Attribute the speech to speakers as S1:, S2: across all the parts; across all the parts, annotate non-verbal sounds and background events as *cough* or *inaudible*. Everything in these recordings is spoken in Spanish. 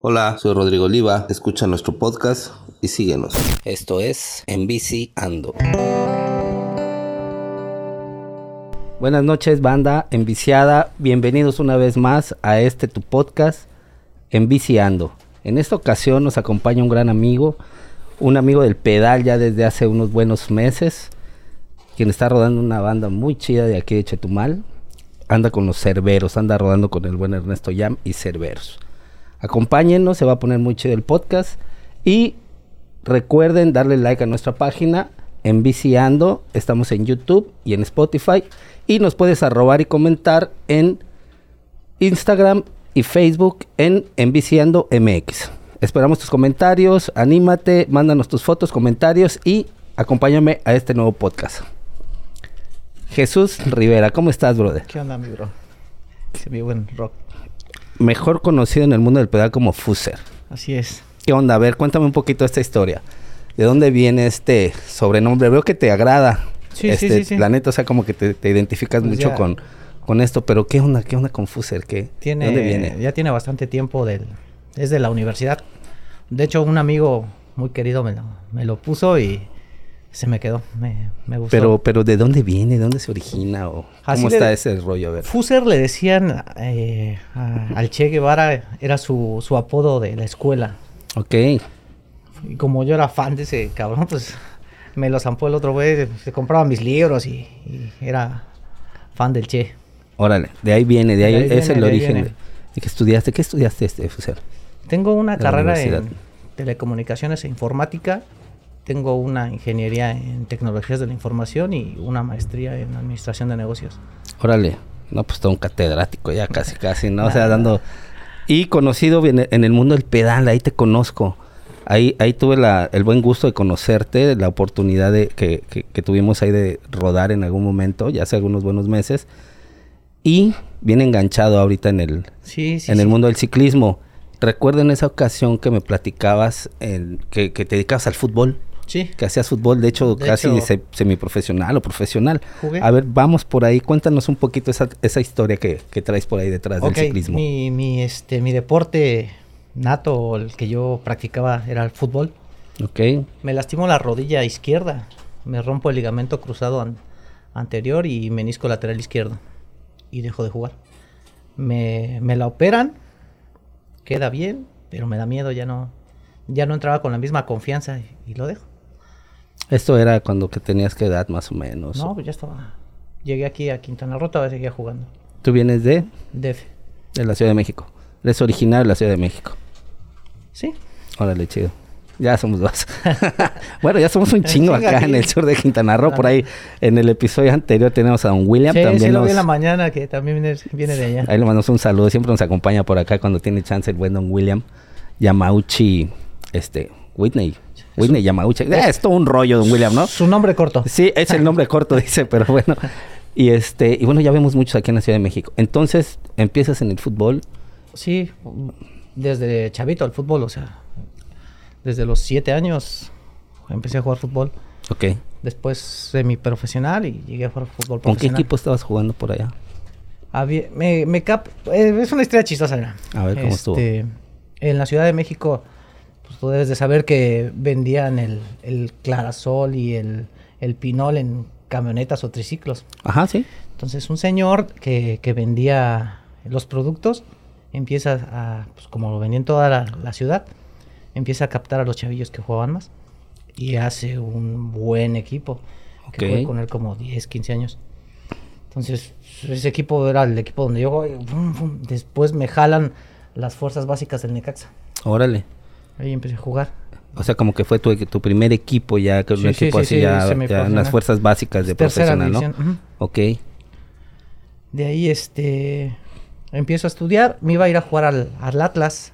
S1: Hola, soy Rodrigo Oliva, escucha nuestro podcast y síguenos.
S2: Esto es En Bici Ando. Buenas noches, banda enviciada. Bienvenidos una vez más a este tu podcast, En Bici Ando. En esta ocasión nos acompaña un gran amigo, un amigo del pedal ya desde hace unos buenos meses, quien está rodando una banda muy chida de aquí de Chetumal. Anda con los Cerveros, anda rodando con el buen Ernesto Yam y Cerveros. Acompáñennos, se va a poner muy chido el podcast. Y recuerden darle like a nuestra página en Viciando. Estamos en YouTube y en Spotify. Y nos puedes arrobar y comentar en Instagram y Facebook en Enviciando MX. Esperamos tus comentarios, anímate, mándanos tus fotos, comentarios y acompáñame a este nuevo podcast. Jesús Rivera, ¿cómo estás, brother?
S3: ¿Qué onda, mi bro? Se vivo en rock.
S2: Mejor conocido en el mundo del pedal como Fuser.
S3: Así es.
S2: ¿Qué onda? A ver, cuéntame un poquito esta historia. ¿De dónde viene este sobrenombre? Veo que te agrada.
S3: Sí, sí,
S2: este,
S3: sí, sí.
S2: La neta, o sea, como que te, te identificas
S3: Pues
S2: mucho
S3: ya.
S2: con, con esto, pero ¿qué onda? ¿Qué onda con Fuser? ¿Qué,
S3: Tiene,
S2: ¿De dónde viene?
S3: Ya tiene bastante tiempo del... Es de la universidad. De hecho, un amigo muy querido me lo, me lo puso y se me quedó. Me, me gustó.
S2: Pero, pero ¿de dónde viene? ¿De dónde se origina? ¿O
S3: Así
S2: ¿Cómo
S3: le-
S2: está ese rollo? A ver.
S3: Fuser le decían eh, a- al Che Guevara, era su, su apodo de la escuela.
S2: Ok.
S3: Y como yo era fan de ese cabrón, pues me lo zampó el otro güey. Se compraba mis libros y, y era fan del Che.
S2: Órale. De ahí viene, de ahí,
S3: De ahí
S2: es el
S3: viene, de ahí
S2: origen.
S3: viene.
S2: De, de que estudiaste? ¿Qué estudiaste este Fuser?
S3: Tengo una
S2: De la
S3: carrera en
S2: universidad.
S3: telecomunicaciones e informática. Tengo una ingeniería en tecnologías de la información y una maestría en administración de negocios.
S2: Órale. No, pues todo un catedrático ya casi, casi, ¿no? O sea,
S3: Nah.
S2: dando... Y conocido en el- en el mundo del pedal, ahí te conozco. Ahí, ahí tuve la- el buen gusto de conocerte, la oportunidad de, que, que- que tuvimos ahí de rodar en algún momento, ya hace algunos buenos meses. Y bien enganchado ahorita en el,
S3: Sí, sí.
S2: en el
S3: sí.
S2: mundo del ciclismo. Recuerdo en esa ocasión que me platicabas en- que, que te dedicabas al fútbol,
S3: Sí.
S2: que hacías fútbol, de hecho,
S3: De
S2: casi
S3: hecho.
S2: se- semiprofesional o profesional.
S3: Jugué.
S2: A ver, vamos por ahí, cuéntanos un poquito esa, esa historia que, que traes por ahí detrás
S3: Ok,
S2: del ciclismo.
S3: Mi, mi, este, mi deporte nato, o el que yo practicaba, era el fútbol.
S2: Ok,
S3: Me lastimó la rodilla izquierda. Me rompo el ligamento cruzado an- anterior y menisco lateral izquierdo. Y dejo de jugar. Me, me la operan. Queda bien, pero me da miedo. Ya no, ya no entraba con la misma confianza y, y lo dejo.
S2: esto era cuando que tenías que edad más o menos.
S3: No, pues ya estaba. Llegué aquí a Quintana Roo, todavía seguía jugando.
S2: Tú vienes de,
S3: DF.
S2: de la Ciudad de México, eres originario de la Ciudad de México.
S3: Sí,
S2: Órale, chido. Ya somos dos. *laughs* bueno, ya somos un chingo
S3: *laughs* chinga
S2: acá
S3: aquí.
S2: en el sur de Quintana Roo. Por ahí, en el episodio anterior tenemos a un William.
S3: sí,
S2: también
S3: sí lo vi en
S2: nos-
S3: la mañana, que también viene, viene de
S2: *laughs*
S3: allá.
S2: Ahí le mandamos un saludo. Siempre nos acompaña por acá cuando tiene chance el buen Don William. Yamauchi, este, Whitney. Whitney Yamauchi. Eh, es todo un rollo, Don William, ¿no?
S3: Su nombre corto.
S2: Sí, es el nombre corto, dice, pero bueno. Y este, y bueno, ya vemos muchos aquí en la Ciudad de México. Entonces, empiezas en el fútbol.
S3: Sí, desde chavito al fútbol, o sea, desde los siete años empecé a jugar fútbol.
S2: Ok.
S3: Después semiprofesional y llegué a jugar
S2: ¿Con
S3: fútbol
S2: qué
S3: profesional.
S2: equipo estabas jugando por allá?
S3: Había- me, me cap- eh, es una historia chistosa, mira. Este,
S2: A ver, ¿cómo estuvo?
S3: En la Ciudad de México, pues tú debes de saber que vendían el, el clarasol y el, el pinol en camionetas o triciclos.
S2: Ajá, sí.
S3: Entonces un señor que, que vendía los productos empieza a, pues como lo vendía en toda la, la ciudad, empieza a captar a los chavillos que jugaban más y hace un buen equipo. Que
S2: Ok.
S3: jugué con él como 10, 15 años. Entonces ese equipo era el equipo donde yo... voy, fum, fum. Después me jalan las fuerzas básicas del Necaxa.
S2: Órale.
S3: Ahí empecé a jugar.
S2: O sea, como que fue tu, tu primer equipo ya, que un
S3: Sí, sí,
S2: equipo
S3: sí,
S2: así
S3: sí,
S2: ya,
S3: semiprofesional.
S2: ya en las fuerzas básicas de
S3: Tercera
S2: profesional, ¿no?
S3: división, ujú.
S2: Ok.
S3: De ahí este... Empiezo a estudiar. Me iba a ir a jugar al, al Atlas.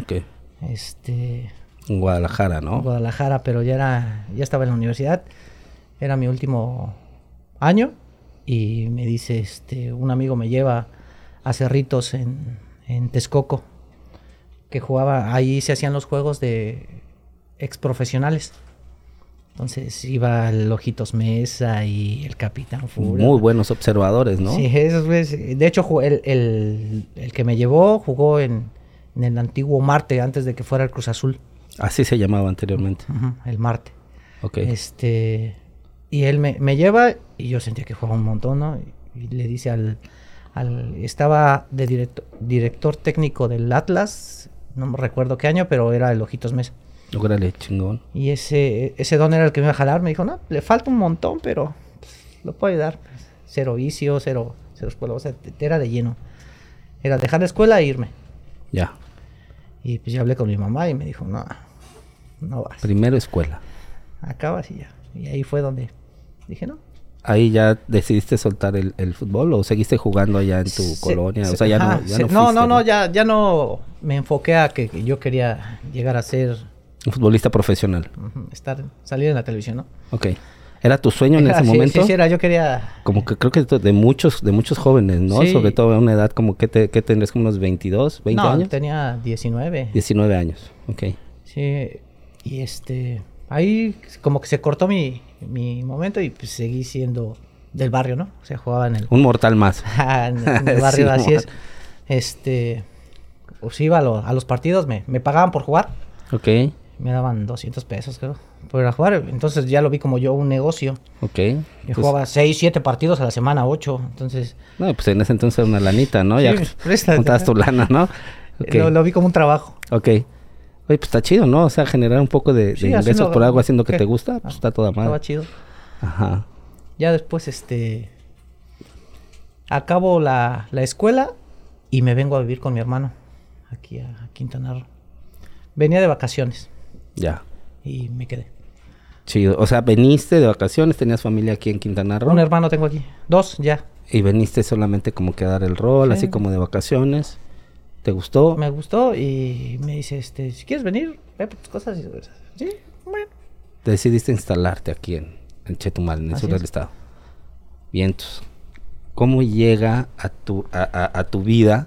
S2: Ok.
S3: Este...
S2: En Guadalajara, ¿no?
S3: Guadalajara, pero ya era, ya estaba en la universidad, era mi último año y me dice, este, un amigo me lleva a Cerritos en, en Texcoco, que jugaba, ahí se hacían los juegos de exprofesionales. Entonces iba el Ojitos Mesa y el Capitán Furia.
S2: Muy buenos observadores, ¿no?
S3: Sí, esos güeyes, De hecho, ju- el, el- el que me llevó jugó en, en el antiguo Marte, antes de que fuera el Cruz Azul.
S2: Así se llamaba anteriormente.
S3: Ujú, el Marte.
S2: Ok.
S3: Este, y él me, me lleva y yo sentía que jugaba un montón, ¿no? Y, y le dice al, al- Estaba de directo- director técnico del Atlas, no me recuerdo qué año, pero era el Ojitos Mesa.
S2: Órale, chingón.
S3: Y ese, ese don era el que me iba a jalar. Me dijo, no, le falta un montón, pero pues, lo puede dar. Cero vicio, cero, cero escuela. O sea, te- te era de lleno. Era dejar la escuela e irme.
S2: Ya.
S3: Y pues ya hablé con mi mamá y me dijo, no, no vas.
S2: Primero escuela.
S3: Acabas y ya. Y ahí fue donde dije, no.
S2: Ahí ya decidiste soltar el, el fútbol o seguiste jugando allá en tu
S3: Se-
S2: colonia.
S3: se-
S2: o sea, ya
S3: ajá,
S2: no. Ya
S3: se-
S2: no,
S3: no,
S2: fuiste,
S3: no, no, ya, ya no me enfoqué a que que yo quería llegar a ser,
S2: Un futbolista profesional.
S3: ujú, estar, salir en la televisión, ¿no?
S2: Ok. ¿Era tu sueño
S3: *laughs*
S2: en
S3: Era-
S2: ese
S3: sí,
S2: momento?
S3: sí, sí, era, yo quería
S2: Como que creo que de de muchos, de muchos jóvenes, ¿no?
S3: Sí.
S2: Sobre todo a una edad como que, te, que tendrías como unos 22, 20
S3: no,
S2: años.
S3: tenía 19.
S2: 19 años. Ok.
S3: Sí, y este, ahí como que se cortó mi, mi momento y pues seguí siendo del barrio, ¿no? O sea, jugaba en el, *laughs* ah,
S2: Un mortal más.
S3: en el- en el barrio,
S2: *laughs* Sí,
S3: así es.
S2: mon.
S3: Este, pues iba a, lo- a los partidos, me, me pagaban por jugar,
S2: Ok.
S3: me daban 200 pesos, creo, por ir a jugar. Entonces ya lo vi como yo un negocio.
S2: Ok.
S3: Yo
S2: Pues,
S3: jugaba 6, 7 partidos a la semana, 8. Entonces,
S2: No, pues en ese entonces era una lanita, ¿no?
S3: Sí,
S2: ya *laughs*
S3: pues, préstate.
S2: juntabas tu lana,
S3: *laughs*
S2: ¿no? Ok.
S3: lo, lo vi como un trabajo.
S2: Ok. Oye, pues está chido, ¿no? O sea, generar un poco de, de
S3: Sí,
S2: Pues ingresos
S3: haciendo-
S2: por algo haciendo que
S3: ¿qué? Ah,
S2: te gusta, pues está toda
S3: Estaba
S2: madre.
S3: chido.
S2: Ajá.
S3: Ya después, este. Acabo la, la escuela y me vengo a vivir con mi hermano aquí a, a Quintana Roo. Venía de vacaciones
S2: Ya.
S3: y me quedé.
S2: Chido. O sea, veniste de vacaciones, tenías familia aquí en Quintana Roo.
S3: Un hermano tengo aquí, dos ya.
S2: Y veniste solamente como que a dar el rol,
S3: Sí.
S2: así como de vacaciones. ¿Te gustó?
S3: Me gustó y me dice: este, si quieres venir, ve por tus cosas y regresas. Sí, bueno.
S2: Decidiste instalarte aquí en, en Chetumal, en el
S3: Así
S2: sur del
S3: es.
S2: estado. Vientos. ¿Cómo llega a tu, a, a- a tu vida?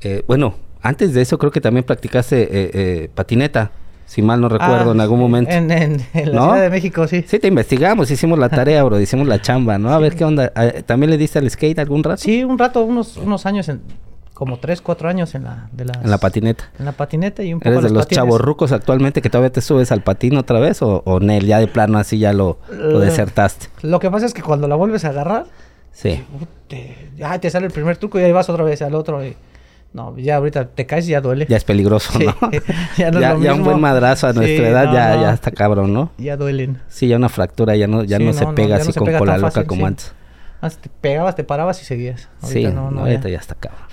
S2: Eh, bueno, antes de eso creo que también practicaste eh, eh, patineta, si mal no recuerdo,
S3: Ah,
S2: en algún momento.
S3: En, en- en la
S2: ¿No?
S3: Ciudad de México, sí.
S2: Sí, te investigamos, hicimos
S3: *laughs*
S2: la tarea, bro, hicimos la chamba, ¿no? A ver qué onda. Eh, ¿También le diste al skate algún rato?
S3: Sí, un rato, unos, unos años, en- como tres, cuatro años en la, de las-
S2: En la patineta.
S3: En la patineta y un poco
S2: ¿Eres de
S3: los
S2: los
S3: patines.
S2: chavorrucos actualmente que todavía te subes al patín otra vez? ¿O, o Nel, ya de plano así ya lo, lo
S3: Eh,
S2: desertaste?
S3: Lo que pasa es que cuando la vuelves a agarrar, uh,
S2: Sí.
S3: te, ay, te sale el primer truco y ahí vas otra vez al otro. y- no, ya ahorita te caes y ya duele.
S2: *laughs* Ya es peligroso,
S3: Sí,
S2: ¿no?
S3: *laughs* ya no
S2: ya,
S3: es lo
S2: ya un
S3: mismo.
S2: buen madrazo a nuestra
S3: Sí,
S2: edad
S3: no,
S2: ya,
S3: no.
S2: ya está cabrón, ¿no?
S3: Ya duelen.
S2: Sí, ya una fractura ya no, ya
S3: Sí,
S2: no se
S3: no, no,
S2: pega
S3: ya no
S2: así
S3: se
S2: con
S3: pega
S2: cola
S3: tan
S2: loca
S3: fácil,
S2: como
S3: sí.
S2: antes.
S3: Antes te pegabas, te parabas y seguías.
S2: Sí,
S3: Ahorita no, no,
S2: ahorita ya.
S3: ya.
S2: está cabrón.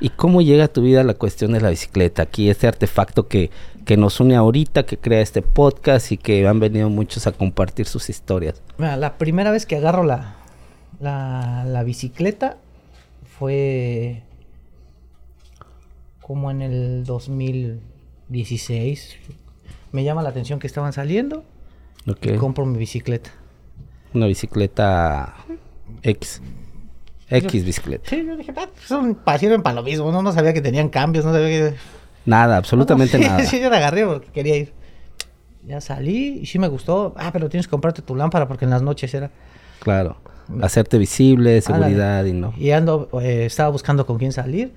S2: ¿Y cómo llega a tu vida la cuestión de la bicicleta? Aquí este artefacto que, que nos une ahorita, que crea este podcast y que han venido muchos a compartir sus historias.
S3: Mira, la primera vez que agarro la, la, la bicicleta fue como en el 2016. Me llama la atención que estaban saliendo y
S2: Ok.
S3: compro mi bicicleta.
S2: Una bicicleta X. X bicicleta.
S3: Sí, yo dije, "Ah, son, pa- sirven para lo mismo. No, no sabía que tenían cambios, no sabía que... *laughs*
S2: Nada, absolutamente
S3: Sí,
S2: nada.
S3: Sí, yo la agarré porque quería ir. Ya salí y sí me gustó. Ah, pero tienes que comprarte tu lámpara porque en las noches era...
S2: Claro. Hacerte visible,
S3: Ándale.
S2: seguridad y no.
S3: Y ando, eh, estaba buscando con quién salir.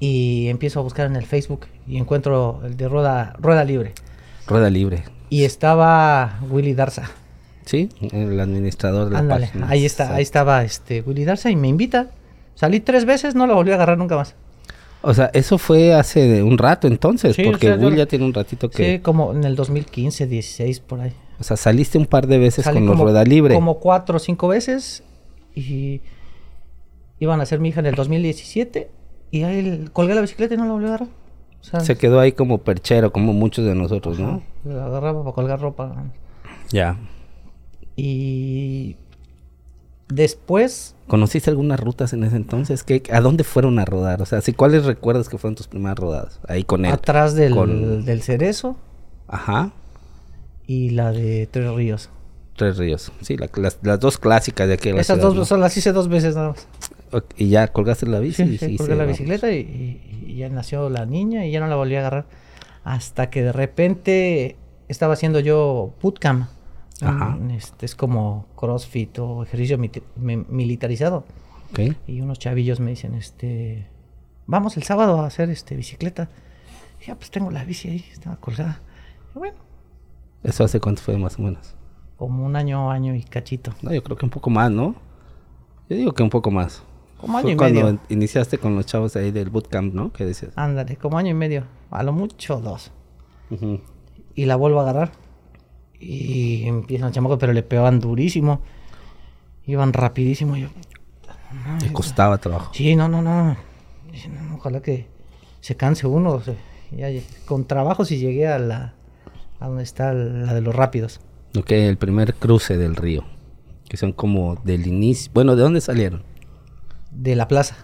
S3: Y empiezo a buscar en el Facebook y encuentro el de Rueda, Rueda Libre.
S2: Rueda libre.
S3: Y estaba Willy Darza.
S2: ¿Sí? El administrador de la
S3: Ándale,
S2: página.
S3: ahí está, ahí estaba este Willy Darza y me invita. Salí tres veces, no lo volví a agarrar nunca más.
S2: O sea, eso fue hace de un rato entonces,
S3: Sí,
S2: porque
S3: o sea, yo-
S2: Will ya tiene un ratito que...
S3: Sí, como en el 2015, 16, por ahí.
S2: O sea, saliste un par de veces
S3: Salí
S2: con los
S3: como-
S2: Rueda Libre.
S3: Como cuatro o cinco veces. Y iban a ser mi hija en el 2017. Y ahí el- colgué la bicicleta y no la volví a agarrar. O sea,
S2: Se quedó ahí como perchero, como muchos de nosotros, ¿no?
S3: la agarraba para colgar ropa.
S2: Ya.
S3: Y después,
S2: ¿Conociste algunas rutas en ese entonces? ¿Qué, ¿A dónde fueron a rodar? O sea, sí, ¿cuáles recuerdas que fueron tus primeras rodadas? Ahí con él.
S3: atrás del,
S2: con-
S3: del cerezo
S2: Ajá.
S3: y la de Tres Ríos.
S2: Tres Ríos. Sí, la- las, las dos clásicas de aquí. de la
S3: Esas
S2: ciudad,
S3: dos
S2: ¿no?
S3: son las hice dos veces nada más.
S2: Ok, Y ya colgaste la bici.
S3: Sí,
S2: y
S3: sí,
S2: dijiste,
S3: colgué la
S2: vamos.
S3: bicicleta y, y- y ya nació la niña y ya no la volví a agarrar. Hasta que de repente estaba haciendo yo bootcamp.
S2: Ajá.
S3: Un- Este, es como crossfit o ejercicio miti- mi- militarizado.
S2: Ok.
S3: Y unos chavillos me dicen, este, vamos el sábado a hacer este bicicleta. Y ya, pues tengo la bici ahí, estaba colgada. Y bueno,
S2: ¿Eso hace cuánto fue más o menos?
S3: como un año, año y cachito.
S2: No, yo creo que un poco más, ¿no? Yo digo que un poco más.
S3: Como año
S2: Fue
S3: y
S2: cuando
S3: medio.
S2: in- iniciaste con los chavos ahí del bootcamp, ¿no? Que decías.
S3: Ándale, como año y medio. A lo mucho dos.
S2: Ujú.
S3: Y la vuelvo a agarrar. Y empiezan los chamacos, pero le pegaban durísimo. Iban rapidísimo. y Yo, Ah,
S2: Te costaba trabajo.
S3: sí, no, no, no. Dije, "No, no, Ojalá que se canse uno. o sea, ya lle- con trabajo si llegué a la. a donde está la de los rápidos.
S2: Ok, el primer cruce del río. Que son como del inicio. Bueno, ¿de dónde salieron?
S3: De la plaza.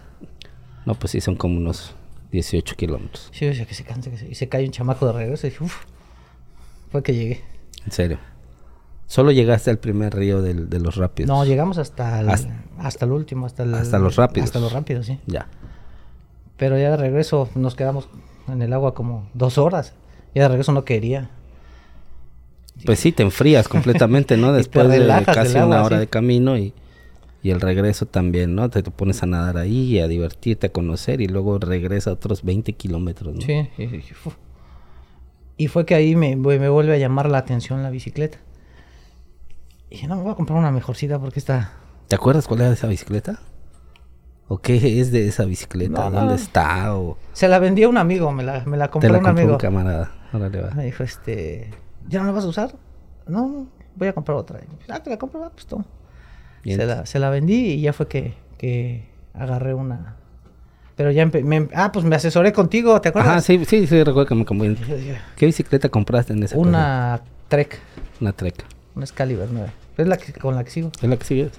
S2: No, pues sí, son como unos 18 kilómetros.
S3: Sí, yo decía que se canse. que se- y se cae un chamaco de regreso. Y dije, uff. Fue que llegué.
S2: En serio. Solo llegaste al primer río del- de los rápidos.
S3: No, llegamos hasta el,
S2: Hasta-
S3: hasta, el último, hasta, el-
S2: Hasta los rápidos.
S3: Hasta los rápidos, sí.
S2: Ya.
S3: Pero ya de regreso nos quedamos en el agua como dos horas. Ya de regreso no quería.
S2: Pues sí, te enfrías completamente,
S3: *laughs*
S2: ¿no?
S3: te
S2: Después de
S3: relajas del
S2: casi una
S3: agua,
S2: hora
S3: sí.
S2: de camino y, y el regreso también, ¿no? Te, te pones a nadar ahí, a divertirte, a conocer y luego regresa otros 20 kilómetros, ¿no?
S3: Sí. Y, dije, "Fu". Y fue que ahí me, me vuelve a llamar la atención la bicicleta. Y dije, no, me voy a comprar una mejorcita porque esta...
S2: ¿Te acuerdas cuál era esa bicicleta? ¿O qué es de esa bicicleta?
S3: No, no.
S2: ¿Dónde está? ¿O
S3: Se la vendí a un amigo, me la, me la
S2: te
S3: compró
S2: la
S3: un
S2: compró
S3: amigo.
S2: un camarada? Órale, va.
S3: Ah, Me dijo, este, ¿ya no la vas a usar? No, no, voy a comprar otra. Y, ah, te la compro, va, pues toma.
S2: Y
S3: Se la, se la vendí y ya fue que, que agarré una. Pero ya empe- me, ah, pues me asesoré contigo, ¿te acuerdas?
S2: Ajá, sí, sí, sí, recuerdo que me compré.
S3: Yo dije,
S2: ¿Qué bicicleta compraste en ese
S3: Una Trek,
S2: proceso? Una Trek.
S3: una Excalibur 9. Es la que, con la que sigo.
S2: ¿Es la que sigues?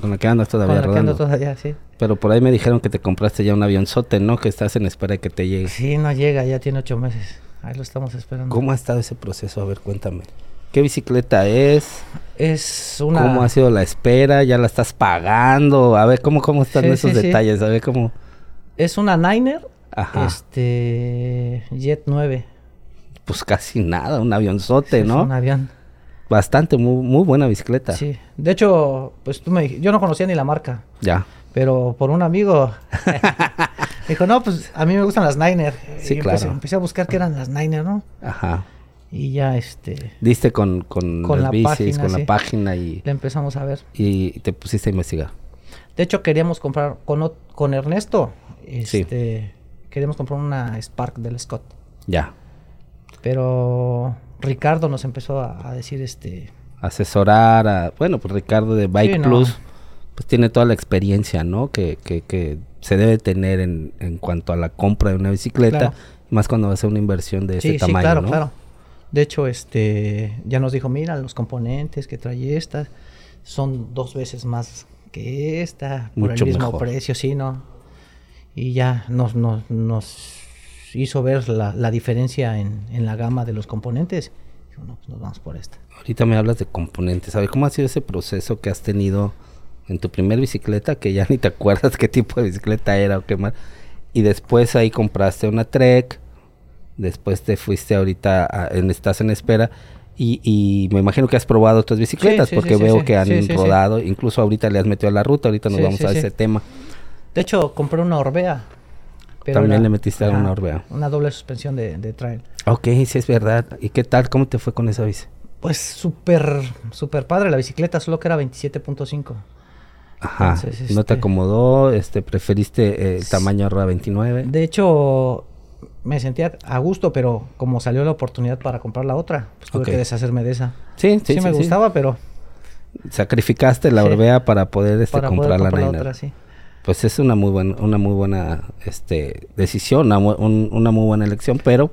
S2: Con la que andas
S3: Con
S2: todavía
S3: la que ando
S2: rodando.
S3: todavía, sí.
S2: Pero por ahí me dijeron que te compraste ya un avionzote, ¿no? Que estás en espera de que te llegue.
S3: Sí, no llega, ya tiene ocho meses. Ahí lo estamos esperando.
S2: ¿Cómo ha estado ese proceso? A ver, cuéntame. ¿Qué bicicleta es?
S3: Es una.
S2: ¿Cómo ha sido la espera? ¿Ya la estás pagando? A ver, ¿cómo, cómo están
S3: Sí,
S2: esos
S3: sí, sí.
S2: detalles? A ver, ¿cómo?
S3: Es una Niner.
S2: Ajá.
S3: Este. Jet 9.
S2: Pues casi nada, un avionzote,
S3: Es
S2: Este, ¿no?
S3: un avión.
S2: Bastante, muy, muy buena bicicleta.
S3: Sí. De hecho, pues tú me dij- Yo no conocía ni la marca.
S2: Ya.
S3: Pero por un amigo. *laughs* dijo, no, pues a mí me gustan las Niner.
S2: Sí,
S3: y
S2: claro.
S3: Empecé, empecé a buscar qué eran las Niner, ¿no?
S2: Ajá.
S3: Y ya este.
S2: Diste con, con,
S3: Con
S2: las
S3: la
S2: bicis,
S3: página,
S2: con la
S3: sí.
S2: página y,
S3: Le empezamos a ver.
S2: y te pusiste a investigar.
S3: De hecho, queríamos comprar con, ot- con Ernesto.
S2: Sí.
S3: Este, Queríamos comprar una Spark del Scott.
S2: Ya.
S3: Pero Ricardo nos empezó a, a decir este.
S2: asesorar a, bueno, pues Ricardo de Bike
S3: Sí, no.
S2: Plus, pues tiene toda la experiencia, ¿no? Que, que, que se debe tener en, en cuanto a la compra de una bicicleta,
S3: Claro.
S2: más cuando va a ser una inversión de ese
S3: sí,
S2: tamaño,
S3: sí, claro,
S2: ¿no?
S3: claro. De hecho, este ya nos dijo, mira, los componentes que trae esta son dos veces más que esta, por
S2: Mucho
S3: el mismo
S2: mejor.
S3: precio, sí, ¿no? Y ya nos, nos, nos hizo ver la, la diferencia en, en la gama de los componentes. Dijo, no, pues nos vamos por esta.
S2: Ahorita me hablas de componentes, a ver, ¿cómo ha sido ese proceso que has tenido en tu primer bicicleta, que ya *laughs* ni te acuerdas qué tipo de bicicleta era o qué más? Y después ahí compraste una Trek, después te fuiste ahorita, a- en, estás en espera, y, y me imagino que has probado otras bicicletas,
S3: sí,
S2: porque
S3: sí, sí,
S2: veo
S3: sí,
S2: que han
S3: sí, sí, sí.
S2: rodado, incluso ahorita le has metido a la ruta, ahorita nos
S3: Sí,
S2: vamos
S3: sí,
S2: a
S3: sí.
S2: ese tema.
S3: De hecho, compré una Orbea.
S2: También le metiste a una Orbea.
S3: Una doble suspensión de, de trail.
S2: Ok, sí es verdad. ¿Y qué tal? ¿Cómo te fue con esa bici?
S3: Pues súper, súper padre la bicicleta, solo que era 27.5.
S2: Ajá,
S3: Entonces,
S2: no te
S3: este-
S2: acomodó, este, preferiste eh, el tamaño RA 29.
S3: De hecho, me sentía a gusto, pero como salió la oportunidad para comprar la otra, pues tuve
S2: Ok.
S3: que deshacerme de esa.
S2: Sí,
S3: Sí, me
S2: gustaba.
S3: gustaba, pero
S2: Sacrificaste la
S3: Sí.
S2: Orbea para poder este,
S3: para
S2: comprar
S3: poder
S2: la
S3: comprar la
S2: Niner.
S3: otra, sí.
S2: Pues es una muy buena, una muy buena este, decisión, una, mu- un- una muy buena elección, pero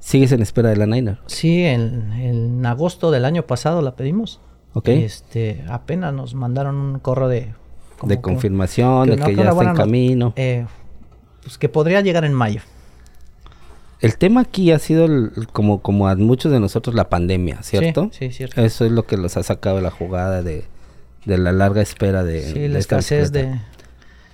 S2: sigues en espera de la Niner.
S3: Sí, en, en agosto del año pasado la pedimos.
S2: Ok.
S3: Este, apenas nos mandaron un correo de... como
S2: de
S3: que-
S2: confirmación, de
S3: no,
S2: que ya
S3: una
S2: está
S3: buena
S2: en
S3: not-
S2: camino.
S3: eh, pues que podría llegar en mayo.
S2: el tema aquí ha sido el- el- como, como a muchos de nosotros la pandemia,
S3: Sí,
S2: ¿cierto?
S3: Sí, cierto.
S2: Eso es lo que los ha sacado de la jugada de, de la larga espera de.
S3: Sí,
S2: de
S3: la
S2: esta
S3: escasez
S2: bicicleta.
S3: de...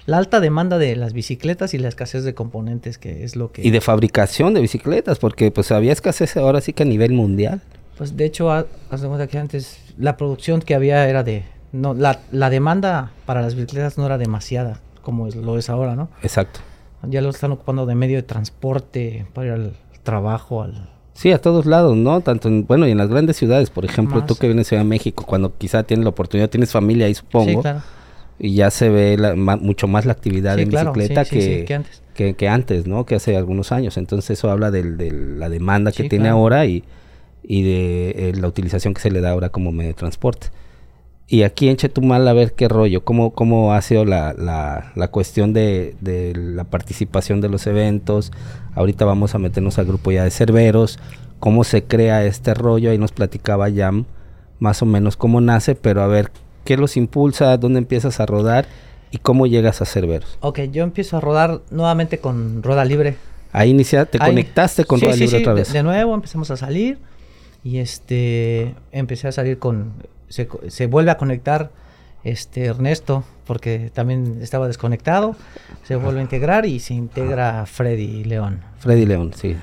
S3: La alta demanda de las bicicletas y la escasez de componentes, que es lo que...
S2: Y de fabricación de bicicletas, porque pues había escasez ahora sí que a nivel mundial.
S3: Pues de hecho, ha- haz de cuenta que antes la producción que había era de... No, la, la demanda para las bicicletas no era demasiada como es- lo es ahora, ¿no?
S2: Exacto.
S3: Ya lo están ocupando de medio de transporte para ir al trabajo, al...
S2: Sí, a todos lados, ¿no? Tanto en, bueno, y en las grandes ciudades, por ejemplo,
S3: Más.
S2: tú que vienes a Ciudad de México, cuando quizá tienes la oportunidad, tienes familia ahí, supongo,
S3: Sí, claro.
S2: y ya se ve la- ma- mucho más la actividad
S3: Sí,
S2: en
S3: claro,
S2: bicicleta
S3: sí,
S2: que,
S3: sí, sí, que antes.
S2: que- que antes, ¿no? Que hace algunos años. Entonces eso habla del- de la demanda que
S3: Sí,
S2: tiene
S3: claro.
S2: ahora y, y de eh, la utilización que se le da ahora como medio de transporte. Y aquí en Chetumal, a ver qué rollo, cómo, cómo ha sido la, la- la cuestión de, de la participación de los eventos. Ahorita vamos a meternos al grupo ya de cerveros, cómo se crea este rollo. Ahí nos platicaba Yam más o menos cómo nace, pero a ver qué los impulsa, dónde empiezas a rodar y cómo llegas a cerveros.
S3: Ok, yo empiezo a rodar nuevamente con rueda libre.
S2: Ahí inicia, te
S3: Ahí.
S2: conectaste con
S3: Sí,
S2: Roda
S3: sí,
S2: Libre
S3: sí,
S2: otra
S3: de-
S2: vez.
S3: De, nuevo empezamos a salir y este empecé a salir con se, co- se vuelve a conectar este Ernesto porque también estaba desconectado, se vuelve a integrar y se integra Freddy León.
S2: Freddy León, sí.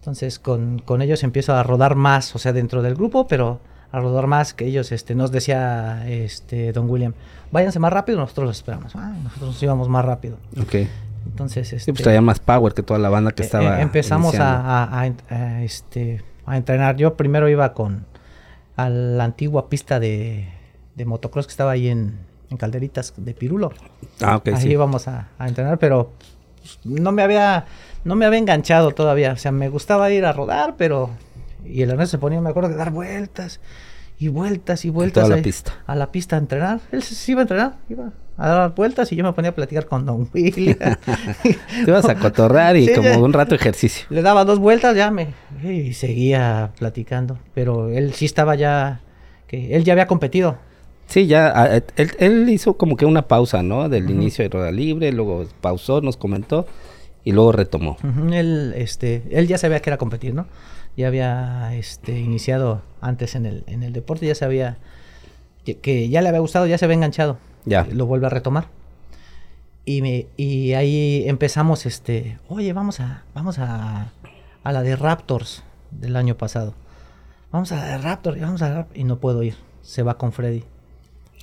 S3: Entonces con, con ellos empiezo a rodar más, o sea, dentro del grupo, pero a rodar más que ellos, este, nos decía este Don William, váyanse más rápido, nosotros los esperamos. Ah, nosotros nos íbamos más rápido.
S2: Ok. Sí,
S3: Entonces, este,
S2: pues traía más power que toda la banda que
S3: eh,
S2: estaba.
S3: eh, empezamos a,
S2: iniciando.
S3: a- a en- a, este, a entrenar. Yo primero iba con a la antigua pista de, de motocross que estaba ahí en, en Calderitas de Pirulo.
S2: Ah, ok,
S3: ahí
S2: sí.
S3: íbamos a, a entrenar, pero pues, no me había no me había enganchado todavía. O sea, me gustaba ir a rodar, pero y el Ernesto se ponía, me acuerdo, de dar vueltas y vueltas y vueltas
S2: toda la
S3: ahí-
S2: pista.
S3: a la pista a entrenar. Él se, se iba a entrenar, iba a dar vueltas y yo me ponía a platicar con Don William.
S2: *laughs* Te ibas a cotorrar y
S3: *laughs* Sí,
S2: como
S3: ya.
S2: un rato ejercicio.
S3: Le daba dos vueltas, ya me. Y seguía platicando. Pero él sí estaba ya. que Él ya había competido.
S2: Sí, ya, a- a- él, él hizo como que una pausa, ¿no? Del
S3: Ujú.
S2: inicio de Roda Libre, luego pausó, nos comentó y luego retomó.
S3: Ujú, Él, este, él ya sabía que era competir, ¿no? Ya había este, iniciado antes en el, en el deporte, ya sabía que, que ya le había gustado, ya se había enganchado.
S2: Ya.
S3: Lo vuelve a retomar. Y, me, y ahí empezamos, este, oye, vamos a, vamos a, a la de Raptors del año pasado. Vamos a la de Raptors, y vamos a la Rap- y no puedo ir. Se va con Freddy.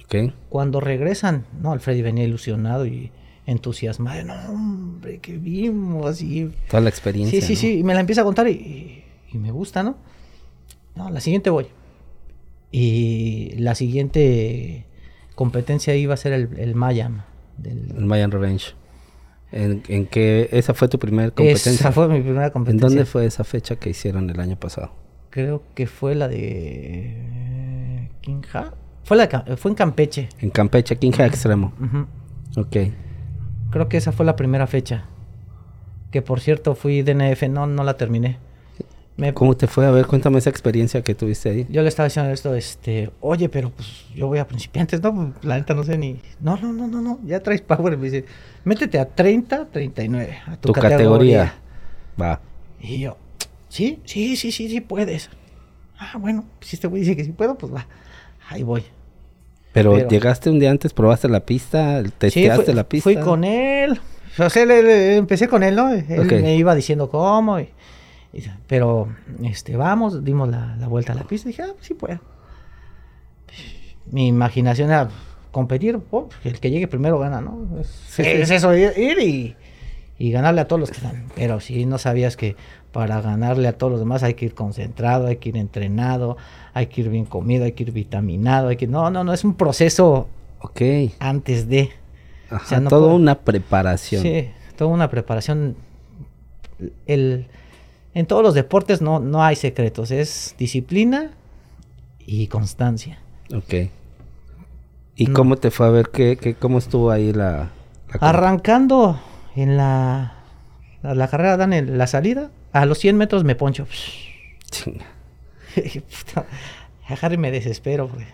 S2: Ok.
S3: Cuando regresan, no, el Freddy venía ilusionado y entusiasmado. No, hombre, que vimos y
S2: Toda la experiencia.
S3: Sí, sí,
S2: ¿no?
S3: sí, y me la empieza a contar y, y- y me gusta, ¿no? No, la siguiente voy. Y la siguiente competencia iba a ser el, el Mayam. del-
S2: El Mayan Revenge. ¿En, en qué? ¿Esa fue tu primera competencia?
S3: Esa fue mi primera
S2: ¿En
S3: competencia.
S2: dónde fue esa fecha que hicieron el año pasado?
S3: Creo que fue la de... ¿Quinja? Fue, la, de Cam- fue en Campeche.
S2: En Campeche, Quinja Extremo.
S3: Ujú.
S2: Ok.
S3: Creo que esa fue la primera fecha. Que por cierto fui DNF, no, no la terminé. Me,
S2: ¿Cómo te fue? A ver, cuéntame esa experiencia que tuviste ahí.
S3: Yo le estaba diciendo esto, este, oye, pero pues yo voy a principiantes, no, Pues, la neta no sé ni. No, no, no, no, no, ya traes power. Me dice, métete a 30, 39, a tu,
S2: Tu, categoría.
S3: categoría.
S2: Va.
S3: Y yo, sí, sí, sí, sí, sí puedes. Ah, bueno, si este güey dice que sí puedo, pues va, ahí voy.
S2: Pero,
S3: Pero-
S2: llegaste un día antes, probaste la pista,
S3: Sí,
S2: testeaste
S3: fui-
S2: la pista.
S3: Fui con él. O sea, le- le- empecé con él, ¿no? Él
S2: Ok.
S3: me iba diciendo cómo. y- y- pero, este, vamos, dimos la, la vuelta a la pista. y dije, ah, pues sí puedo. Mi imaginación era competir. oh, el que llegue primero gana, ¿no? Es, es eso, ir ir y, y ganarle a todos los que están. Pero si no sabías que para ganarle a todos los demás hay que ir concentrado, hay que ir entrenado, hay que ir bien comido, hay que ir vitaminado, hay que... No, no, no, es un proceso
S2: Ok.
S3: antes de...
S2: Ajá,
S3: sea, no
S2: toda
S3: puedo-
S2: una preparación.
S3: Sí, toda una preparación. El, en todos los deportes no, no hay secretos, es disciplina y constancia.
S2: Ok. ¿Y
S3: No.
S2: cómo te fue a ver qué, qué- cómo estuvo ahí la, la
S3: Arrancando en la, la, la carrera, dan el- la salida, a los 100 metros me poncho. *laughs*
S2: Chinga.
S3: Dije, "Puta, agarro y me desespero, güey".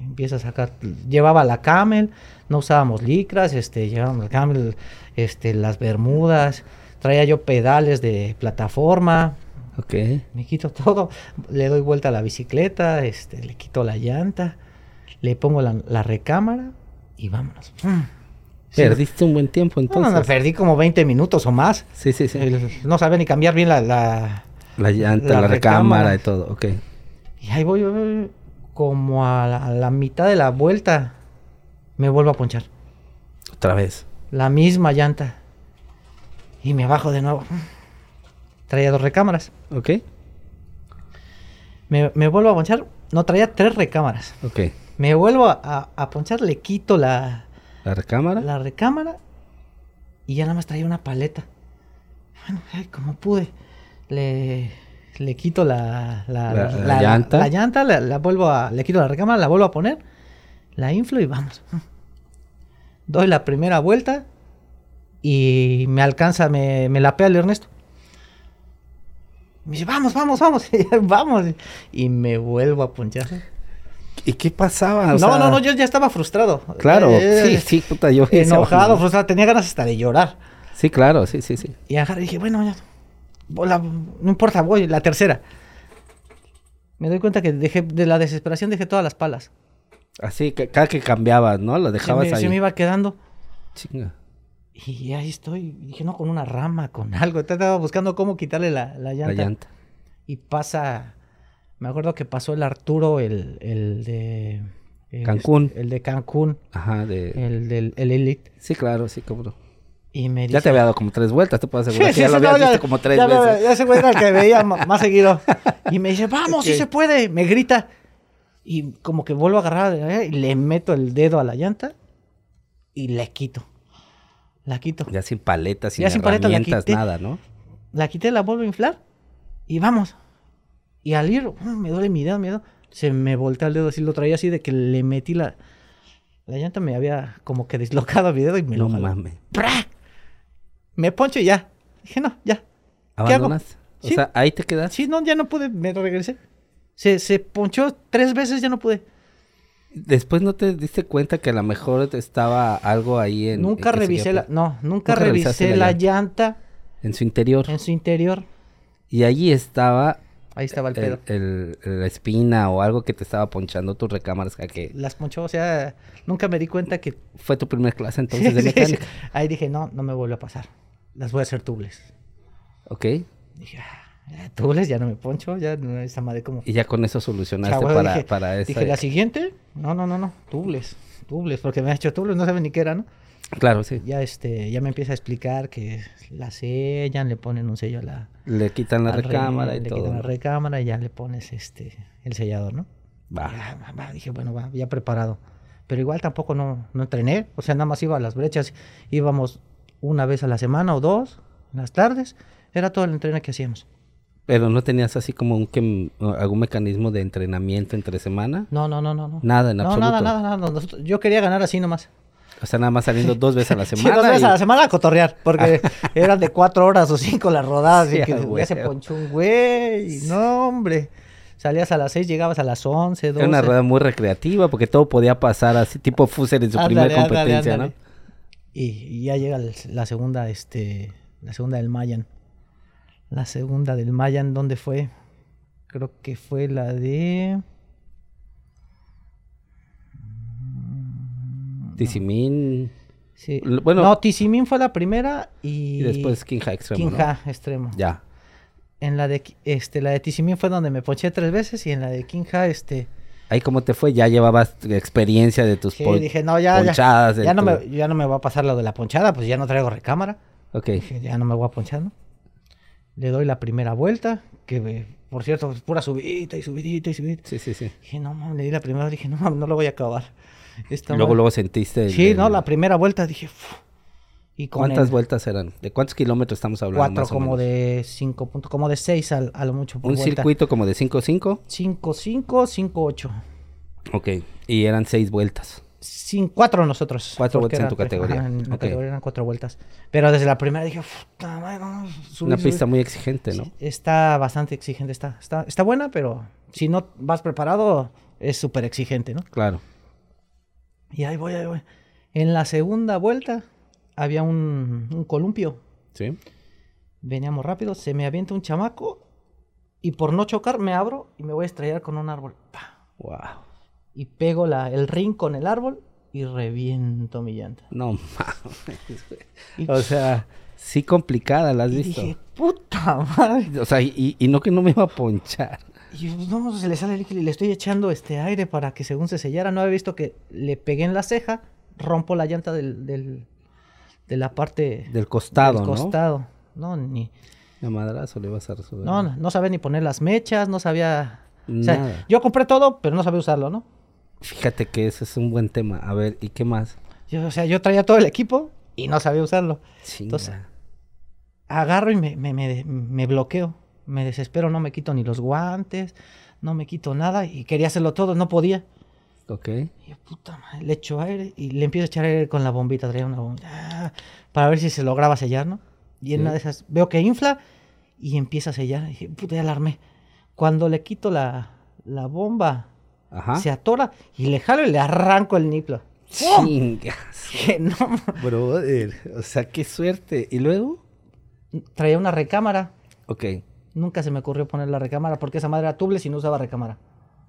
S3: Empieza a sacar. Llevaba la camel, no usábamos licras, este, llevábamos la camel, este, las bermudas, traía yo pedales de plataforma.
S2: Ok.
S3: me quito todo, le doy vuelta a la bicicleta, este, le quito la llanta, le pongo la, la recámara y vámonos. Mm. Sí.
S2: Perdiste un buen tiempo
S3: No, no,
S2: entonces.
S3: no, perdí como 20 minutos o más.
S2: Sí, sí, sí.
S3: El- No sabía ni cambiar bien la, la-
S2: La llanta, la,
S3: la
S2: recámara
S3: recámara.
S2: y todo. Ok.
S3: Y ahí voy, voy, voy, como a la, a la mitad de la vuelta, me vuelvo a ponchar.
S2: Otra vez.
S3: La misma llanta. Y me bajo de nuevo. Traía dos recámaras.
S2: Ok,
S3: Me, me vuelvo a ponchar. No, traía tres recámaras.
S2: ok.
S3: Me vuelvo a, a- a ponchar, le quito la,
S2: ¿La recámara?
S3: la recámara y ya nada más traía una paleta. Bueno, ay, como pude. Le, le quito la, la,
S2: La- la llanta.
S3: La, llanta, la, la vuelvo a. Le quito la recámara, la vuelvo a poner. La inflo y vamos. *laughs* Doy la primera vuelta y me alcanza, me, me lapea el Ernesto. Me dice, vamos, vamos, vamos, *laughs* vamos. Y me vuelvo a punchar.
S2: ¿Y qué pasaba? O
S3: No,
S2: sea,
S3: no, no, yo ya estaba frustrado.
S2: Claro,
S3: Eh,
S2: sí, sí, puta, yo hubiese
S3: enojado,
S2: bajado.
S3: frustrado, tenía ganas hasta de llorar.
S2: Sí, claro, sí, sí, sí.
S3: Y agarré y dije, bueno, ya, voy la- no importa, voy, la tercera. Me doy cuenta que dejé, de la desesperación dejé todas las palas.
S2: Así que cada que cambiabas, ¿no? Lo
S3: Se
S2: dejabas
S3: me, se
S2: ahí.
S3: me iba quedando.
S2: Chinga.
S3: Y ahí estoy, dije, no, con una rama, con algo. Estaba buscando cómo quitarle la,
S2: La
S3: la llanta.
S2: llanta.
S3: Y pasa, me acuerdo que pasó el Arturo, el, el de... el-
S2: Cancún.
S3: El de Cancún,
S2: Ajá, de...
S3: el del el Elite.
S2: Sí, claro, sí, cómo no.
S3: Y Eh. me dice...
S2: Ya te había dado como tres vueltas, te puedo
S3: Sí,
S2: asegurar. que
S3: sí,
S2: ya
S3: sí,
S2: lo habías
S3: no, ya-
S2: visto como tres
S3: ya me-
S2: veces.
S3: ya ese güey era el que veía ma- más
S2: *laughs*
S3: seguido. Y me dice, vamos,
S2: Ok.
S3: sí se puede. Me grita. Y como que vuelvo a agarrar eh, y le meto el dedo a la llanta y le quito. La quito.
S2: Ya sin paletas, sin
S3: Ya sin paleta la
S2: herramientas,
S3: quité.
S2: nada, ¿no?
S3: La quité, la vuelvo a inflar y vamos. Y al ir, mm, me duele mi dedo, mi dedo. Se me voltea el dedo así, lo traía así de que le metí la... La llanta me había como que deslocado mi dedo y me
S2: No
S3: lo jaló.
S2: mames.
S3: ¡Pra! Me poncho y ya. Dije, no, ya, hago?
S2: ¿Abandonas? O
S3: Sí.
S2: sea, ahí te quedas.
S3: Sí, no, ya no pude, me regresé. Se, se ponchó tres veces, ya no pude.
S2: Después no te diste cuenta que a lo mejor te estaba algo ahí en.
S3: nunca
S2: en que
S3: revisé
S2: seguía
S3: la,
S2: pla-
S3: no, nunca,
S2: Nunca revisaste
S3: revisé
S2: la
S3: la llanta
S2: En su interior.
S3: en su interior.
S2: Y allí estaba
S3: Ahí estaba el
S2: el,
S3: pedo.
S2: el- la espina o algo que te estaba ponchando tus recámaras. a que
S3: Las ponchó, o sea, nunca me di cuenta que...
S2: fue tu primer clase entonces de
S3: *laughs* Sí, sí,
S2: mecánica.
S3: sí. Ahí dije, no, no me vuelve a pasar. Las voy a hacer tubles.
S2: Ok.
S3: Dije, ah, tubles, ya no me poncho, ya no, esa madre como...
S2: Y ya con eso solucionaste
S3: Chavo,
S2: para,
S3: dije,
S2: para esa.
S3: dije, la siguiente, no, no, no, no, tubles, tubles, porque me ha hecho tubles, no saben ni qué era, ¿no?
S2: Claro, sí.
S3: Ya, este, ya me empieza a explicar que la sellan, le ponen un sello a la,
S2: Le quitan la
S3: al rey,
S2: recámara y
S3: le
S2: todo.
S3: quitan la
S2: ¿no?
S3: recámara y ya le pones este el sellador, ¿no?
S2: Va.
S3: Ya, va, va, dije, bueno, va, ya preparado. Pero igual tampoco no, no entrené, o sea, nada más iba a las brechas, íbamos una vez a la semana o dos, en las tardes, era todo el entreno que hacíamos.
S2: Pero no tenías así como un que, mm, algún mecanismo de entrenamiento entre semana.
S3: No, no, no, no, no.
S2: Nada, en
S3: no,
S2: absoluto.
S3: nada, nada, nada. no, nosotros- yo quería ganar así nomás.
S2: O sea, nada más saliendo dos veces a
S3: *laughs*
S2: la
S3: Sí,
S2: semana.
S3: dos veces
S2: y- Ah.
S3: a la semana a cotorrear, porque
S2: *laughs*
S3: eran de cuatro horas o cinco las rodadas,
S2: Sí,
S3: y que
S2: a
S3: ya se
S2: huevo.
S3: ponchó un güey, no, hombre. Salías a las seis, llegabas a las once, doce.
S2: Era una rueda muy recreativa porque todo podía pasar así, tipo Fusel en su
S3: Ándale,
S2: primera
S3: ándale,
S2: competencia,
S3: ándale. Y, y ya llega el- la segunda, este, la segunda del Mayan. La segunda del Mayan, ¿dónde fue? Creo que fue la de...
S2: ¿no? Tizimín
S3: Sí.
S2: L- bueno-
S3: no, Tizimín fue la primera y...
S2: y después Kinja Extremo. ¿no?
S3: Kinja, extremo.
S2: Ya.
S3: En la de, Ki- este, la de Tizimín fue donde me ponché tres veces y en la de Kinja, este...
S2: Ahí cómo te fue, ya llevabas experiencia de tus
S3: sí,
S2: pon-
S3: dije, no, ya, ya,
S2: ponchadas. de
S3: ya, no
S2: tu-
S3: me, ya no me va a pasar lo de la ponchada, pues ya no traigo recámara.
S2: Ok.
S3: Dije, ya no me voy a ponchar, ¿no? Le doy la primera vuelta, que eh, por cierto, es pura subidita y subidita y subidita.
S2: Sí, sí, sí.
S3: Dije, no mames, le di la primera, dije, no mames, no lo voy a acabar. Esta
S2: Luego,
S3: madre-
S2: luego sentiste. el-
S3: Sí,
S2: el-
S3: no, la primera vuelta dije, "Fu". y con
S2: ¿Cuántas
S3: el
S2: vueltas eran? ¿De cuántos kilómetros estamos hablando?
S3: Cuatro,
S2: más o
S3: como
S2: menos?
S3: de cinco puntos, como de seis al, a lo mucho por
S2: Un
S3: vuelta.
S2: circuito como de 5 5.
S3: Cinco, cinco, cinco, ocho.
S2: Ok. Y eran seis vueltas.
S3: Sin cuatro nosotros.
S2: Cuatro
S3: porque
S2: vueltas en
S3: eran
S2: tu
S3: tres,
S2: categoría.
S3: ajá, en mi
S2: Ok.
S3: categoría eran cuatro vueltas. Pero desde la primera dije, puta madre, no, subir,
S2: Una
S3: subir".
S2: pista muy exigente, ¿no?
S3: Sí, está bastante exigente, está, está, está buena, pero si no vas preparado, es súper exigente, ¿no?
S2: Claro.
S3: Y ahí voy, ahí voy. En la segunda vuelta había un, un columpio.
S2: Sí.
S3: Veníamos rápido, se me avienta un chamaco y por no chocar me abro y me voy a estrellar con un árbol. Pa.
S2: Wow.
S3: Y pego la, el ring con el árbol y reviento mi llanta.
S2: No mames. güey.
S3: Y,
S2: O sea, sí complicada, la has
S3: y
S2: visto.
S3: dije, puta madre.
S2: O sea, y, y no que no me iba a ponchar.
S3: Y yo, "Pues, no, se le sale el líquido y le estoy echando este aire para que según se sellara. No había visto que le pegué en la ceja, rompo la llanta del, del- de la parte
S2: Del costado,
S3: del
S2: ¿no?
S3: costado. No, ni,
S2: De madrazo le vas a resolver.
S3: no, no, no sabía ni poner las mechas, no sabía... O sea,
S2: Nada.
S3: yo compré todo, pero no sabía usarlo, ¿no?
S2: Fíjate que ese es un buen tema. A ver, ¿y qué más?
S3: Yo, o sea, yo traía todo el equipo y no sabía usarlo.
S2: Chinga.
S3: agarro y me, me- me- me bloqueo. Me desespero, no me quito ni los guantes, no me quito nada y quería hacerlo todo, no podía.
S2: Ok.
S3: Y yo, puta madre, le echo aire y le empiezo a echar aire con la bombita, traía una bombita, ah, para ver si se lograba sellar, ¿no? Y en
S2: Sí.
S3: una de esas veo que infla y empieza a sellar. Y dije, puta, ya alarmé. Cuando le quito la, la bomba,
S2: Ajá.
S3: se atora y le jalo y le arranco el niplo.
S2: Chingas.
S3: Dije, no,
S2: Brother. O sea, qué suerte. ¿Y luego?
S3: traía una recámara.
S2: Ok.
S3: Nunca se me ocurrió poner la recámara porque esa madre era tubeless y no usaba recámara.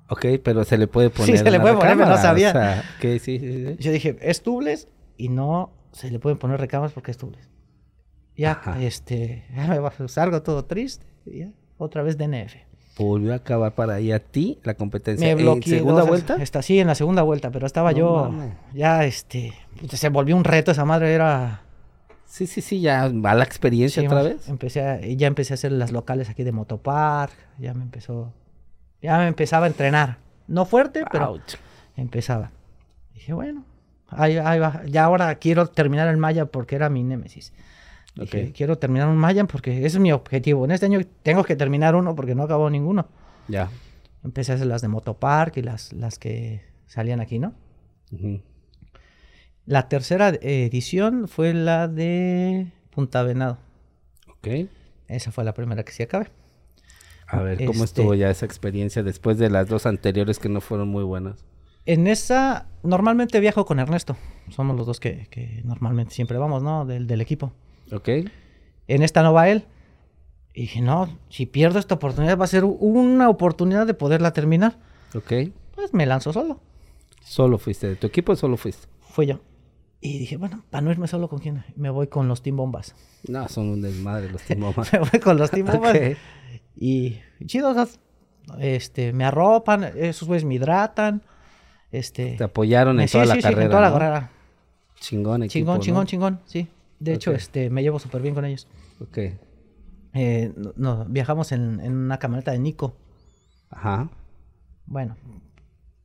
S2: Ok, pero se le puede poner.
S3: se le
S2: una
S3: puede poner, pero no
S2: recámara,
S3: sabía.
S2: O sea, ok, sí, sí, sí.
S3: Yo dije, es tubeless y no se le pueden poner recamas porque es tubeless. Ya,
S2: Ajá.
S3: este, ya me bajo- salgo todo triste. y ya, otra vez DNF.
S2: Volvió a acabar para ahí a ti la competencia.
S3: me
S2: ¿En
S3: bloqueé.
S2: segunda
S3: dos-
S2: vuelta?
S3: Esta, sí, en la segunda vuelta, pero estaba
S2: No
S3: yo,
S2: mames.
S3: ya, este, puta, se volvió un reto esa madre, era...
S2: Sí, sí, sí, ya va la experiencia
S3: sí,
S2: otra
S3: más-
S2: vez.
S3: Empecé a- ya empecé a hacer las locales aquí de Motopark, ya me empezó, ya me empezaba a entrenar. No fuerte, pero
S2: Ouch.
S3: empezaba. Dije, bueno, ahí, ahí va. Ya ahora quiero terminar el Maya porque era mi némesis. Dije,
S2: Ok.
S3: quiero terminar un Maya porque ese es mi objetivo. En este año tengo que terminar uno porque no acabó ninguno.
S2: Ya.
S3: Empecé a hacer las de Motopark y las, las que salían aquí, ¿no?
S2: Ujú.
S3: La tercera eh, edición fue la de Punta Venado.
S2: Ok.
S3: Esa fue la primera que sí acabé.
S2: A ver, ¿cómo
S3: Este-
S2: estuvo ya esa experiencia después de las dos anteriores que no fueron muy buenas?
S3: En esa, normalmente viajo con Ernesto. Somos los dos que, que normalmente siempre vamos, ¿no? Del, del equipo.
S2: ¿Ok?
S3: en esta no va él. Y dije, no, si pierdo esta oportunidad va a ser una oportunidad de poderla terminar.
S2: ¿Ok?
S3: Pues me lanzo solo.
S2: ¿Solo fuiste de tu equipo o solo fuiste?
S3: Fui yo. Y dije, bueno, para no irme solo con quién, me voy con los Team Bombas. *laughs*
S2: No, son un desmadre los timomas.
S3: me voy con los Team Bombas.
S2: Ok.
S3: Y chido, o sea, este, me arropan, esos güeyes me hidratan. Este,
S2: Te apoyaron en
S3: sí,
S2: toda
S3: sí,
S2: la
S3: sí, en
S2: carrera.
S3: toda la
S2: ¿no?
S3: carrera.
S2: Chingón, equipo.
S3: Chingón,
S2: ¿no?
S3: chingón, chingón, sí. De hecho,
S2: Ok.
S3: este, me llevo súper bien con ellos.
S2: Ok.
S3: Eh, no- no, viajamos en, en una camioneta de Nico.
S2: Ajá. *laughs*
S3: Bueno,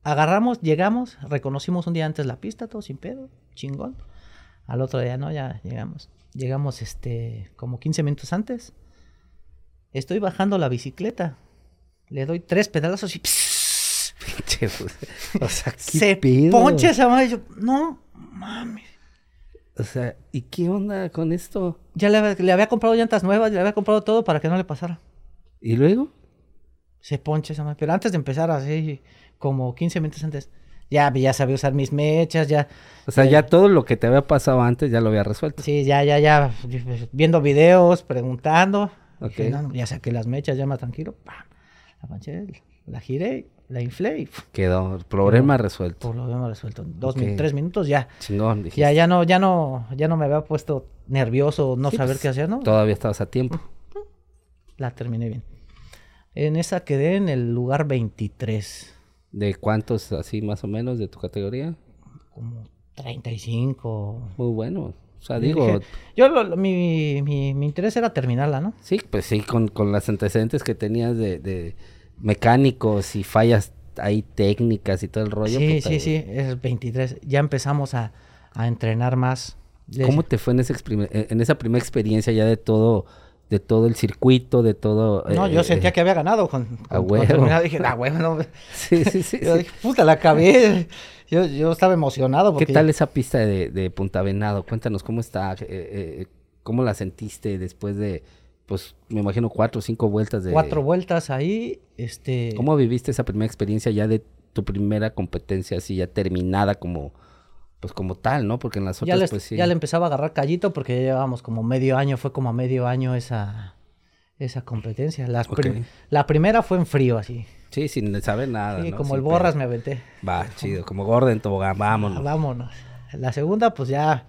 S3: agarramos, llegamos, reconocimos un día antes la pista, todo sin pedo, chingón. Al otro día, no, ya llegamos. Llegamos este, como 15 minutos antes. Estoy bajando la bicicleta. Le doy tres pedalazos y pss,
S2: Pinche, o sea, ¿qué
S3: se
S2: pedo?
S3: poncha esa madre. Yo, no, mames.
S2: O sea, ¿y qué onda con esto?
S3: Ya le, había- le había comprado llantas nuevas, le había comprado todo para que no le pasara.
S2: ¿Y luego?
S3: Se poncha esa madre. Pero antes de empezar, así como 15 minutos antes, ya, ya sabía usar mis mechas, ya,
S2: O sea, ya todo lo que te había pasado antes ya lo había resuelto.
S3: Eh. Sí, ya, ya, ya, viendo videos, preguntando.
S2: Ok.
S3: Dije, "No, no, ya saqué las mechas, ya más tranquilo. pam, La manché, la giré, la inflé y pf,
S2: Quedó, problema resuelto.
S3: por lo demás resuelto. En Dos,
S2: Ok.
S3: min- tres minutos ya.
S2: Chingón, dije.
S3: Ya, ya no, ya no, ya no me había puesto nervioso no
S2: Sí,
S3: saber
S2: pues,
S3: qué hacer, ¿no?
S2: Todavía estabas a tiempo.
S3: La terminé bien. En esa quedé en el lugar 23,
S2: ¿De cuántos así más o menos de tu categoría?
S3: como 35.
S2: Muy bueno. O sea, Ah,
S3: Yo
S2: digo,
S3: dije- yo lo- lo- mi, mi, mi interés era terminarla, ¿no?
S2: sí, pues sí, con, con las antecedentes que tenías de, de mecánicos y fallas ahí técnicas y todo el rollo.
S3: Sí,
S2: puta,
S3: sí,
S2: güey.
S3: sí, es el 23. Ya empezamos a, a entrenar más. Les-
S2: ¿Cómo te fue en, ese exprime- en en esa primera experiencia ya de todo, de todo el circuito, de todo?
S3: No,
S2: eh,
S3: yo
S2: eh,
S3: sentía que había ganado con, con- con
S2: huevo.
S3: terminar. Dije, la
S2: *laughs*
S3: huevo, no".
S2: Sí, sí, sí.
S3: Yo
S2: sí.
S3: dije, puta, la acabé. *laughs* Yo, yo estaba emocionado
S2: ¿Qué
S3: porque
S2: tal esa pista de, de Punta Venado? Cuéntanos cómo está, eh, eh, cómo la sentiste después de, pues, me imagino cuatro o cinco vueltas de.
S3: cuatro vueltas ahí, este...
S2: ¿Cómo viviste esa primera experiencia ya de tu primera competencia así ya terminada como, pues, como tal, ¿no? Porque en las
S3: Ya,
S2: otras,
S3: les-
S2: pues sí.
S3: ya le empezaba a agarrar callito porque ya llevábamos como medio año, fue como a medio año esa, esa competencia. Las prim-
S2: Ok.
S3: La primera fue en frío, así.
S2: Sí, sin saber nada.
S3: Sí,
S2: ¿no?
S3: como
S2: Sin
S3: el borras
S2: pedo.
S3: me aventé.
S2: Va, chido, como Gordon Tobogán, vámonos.
S3: Vámonos. La segunda, pues ya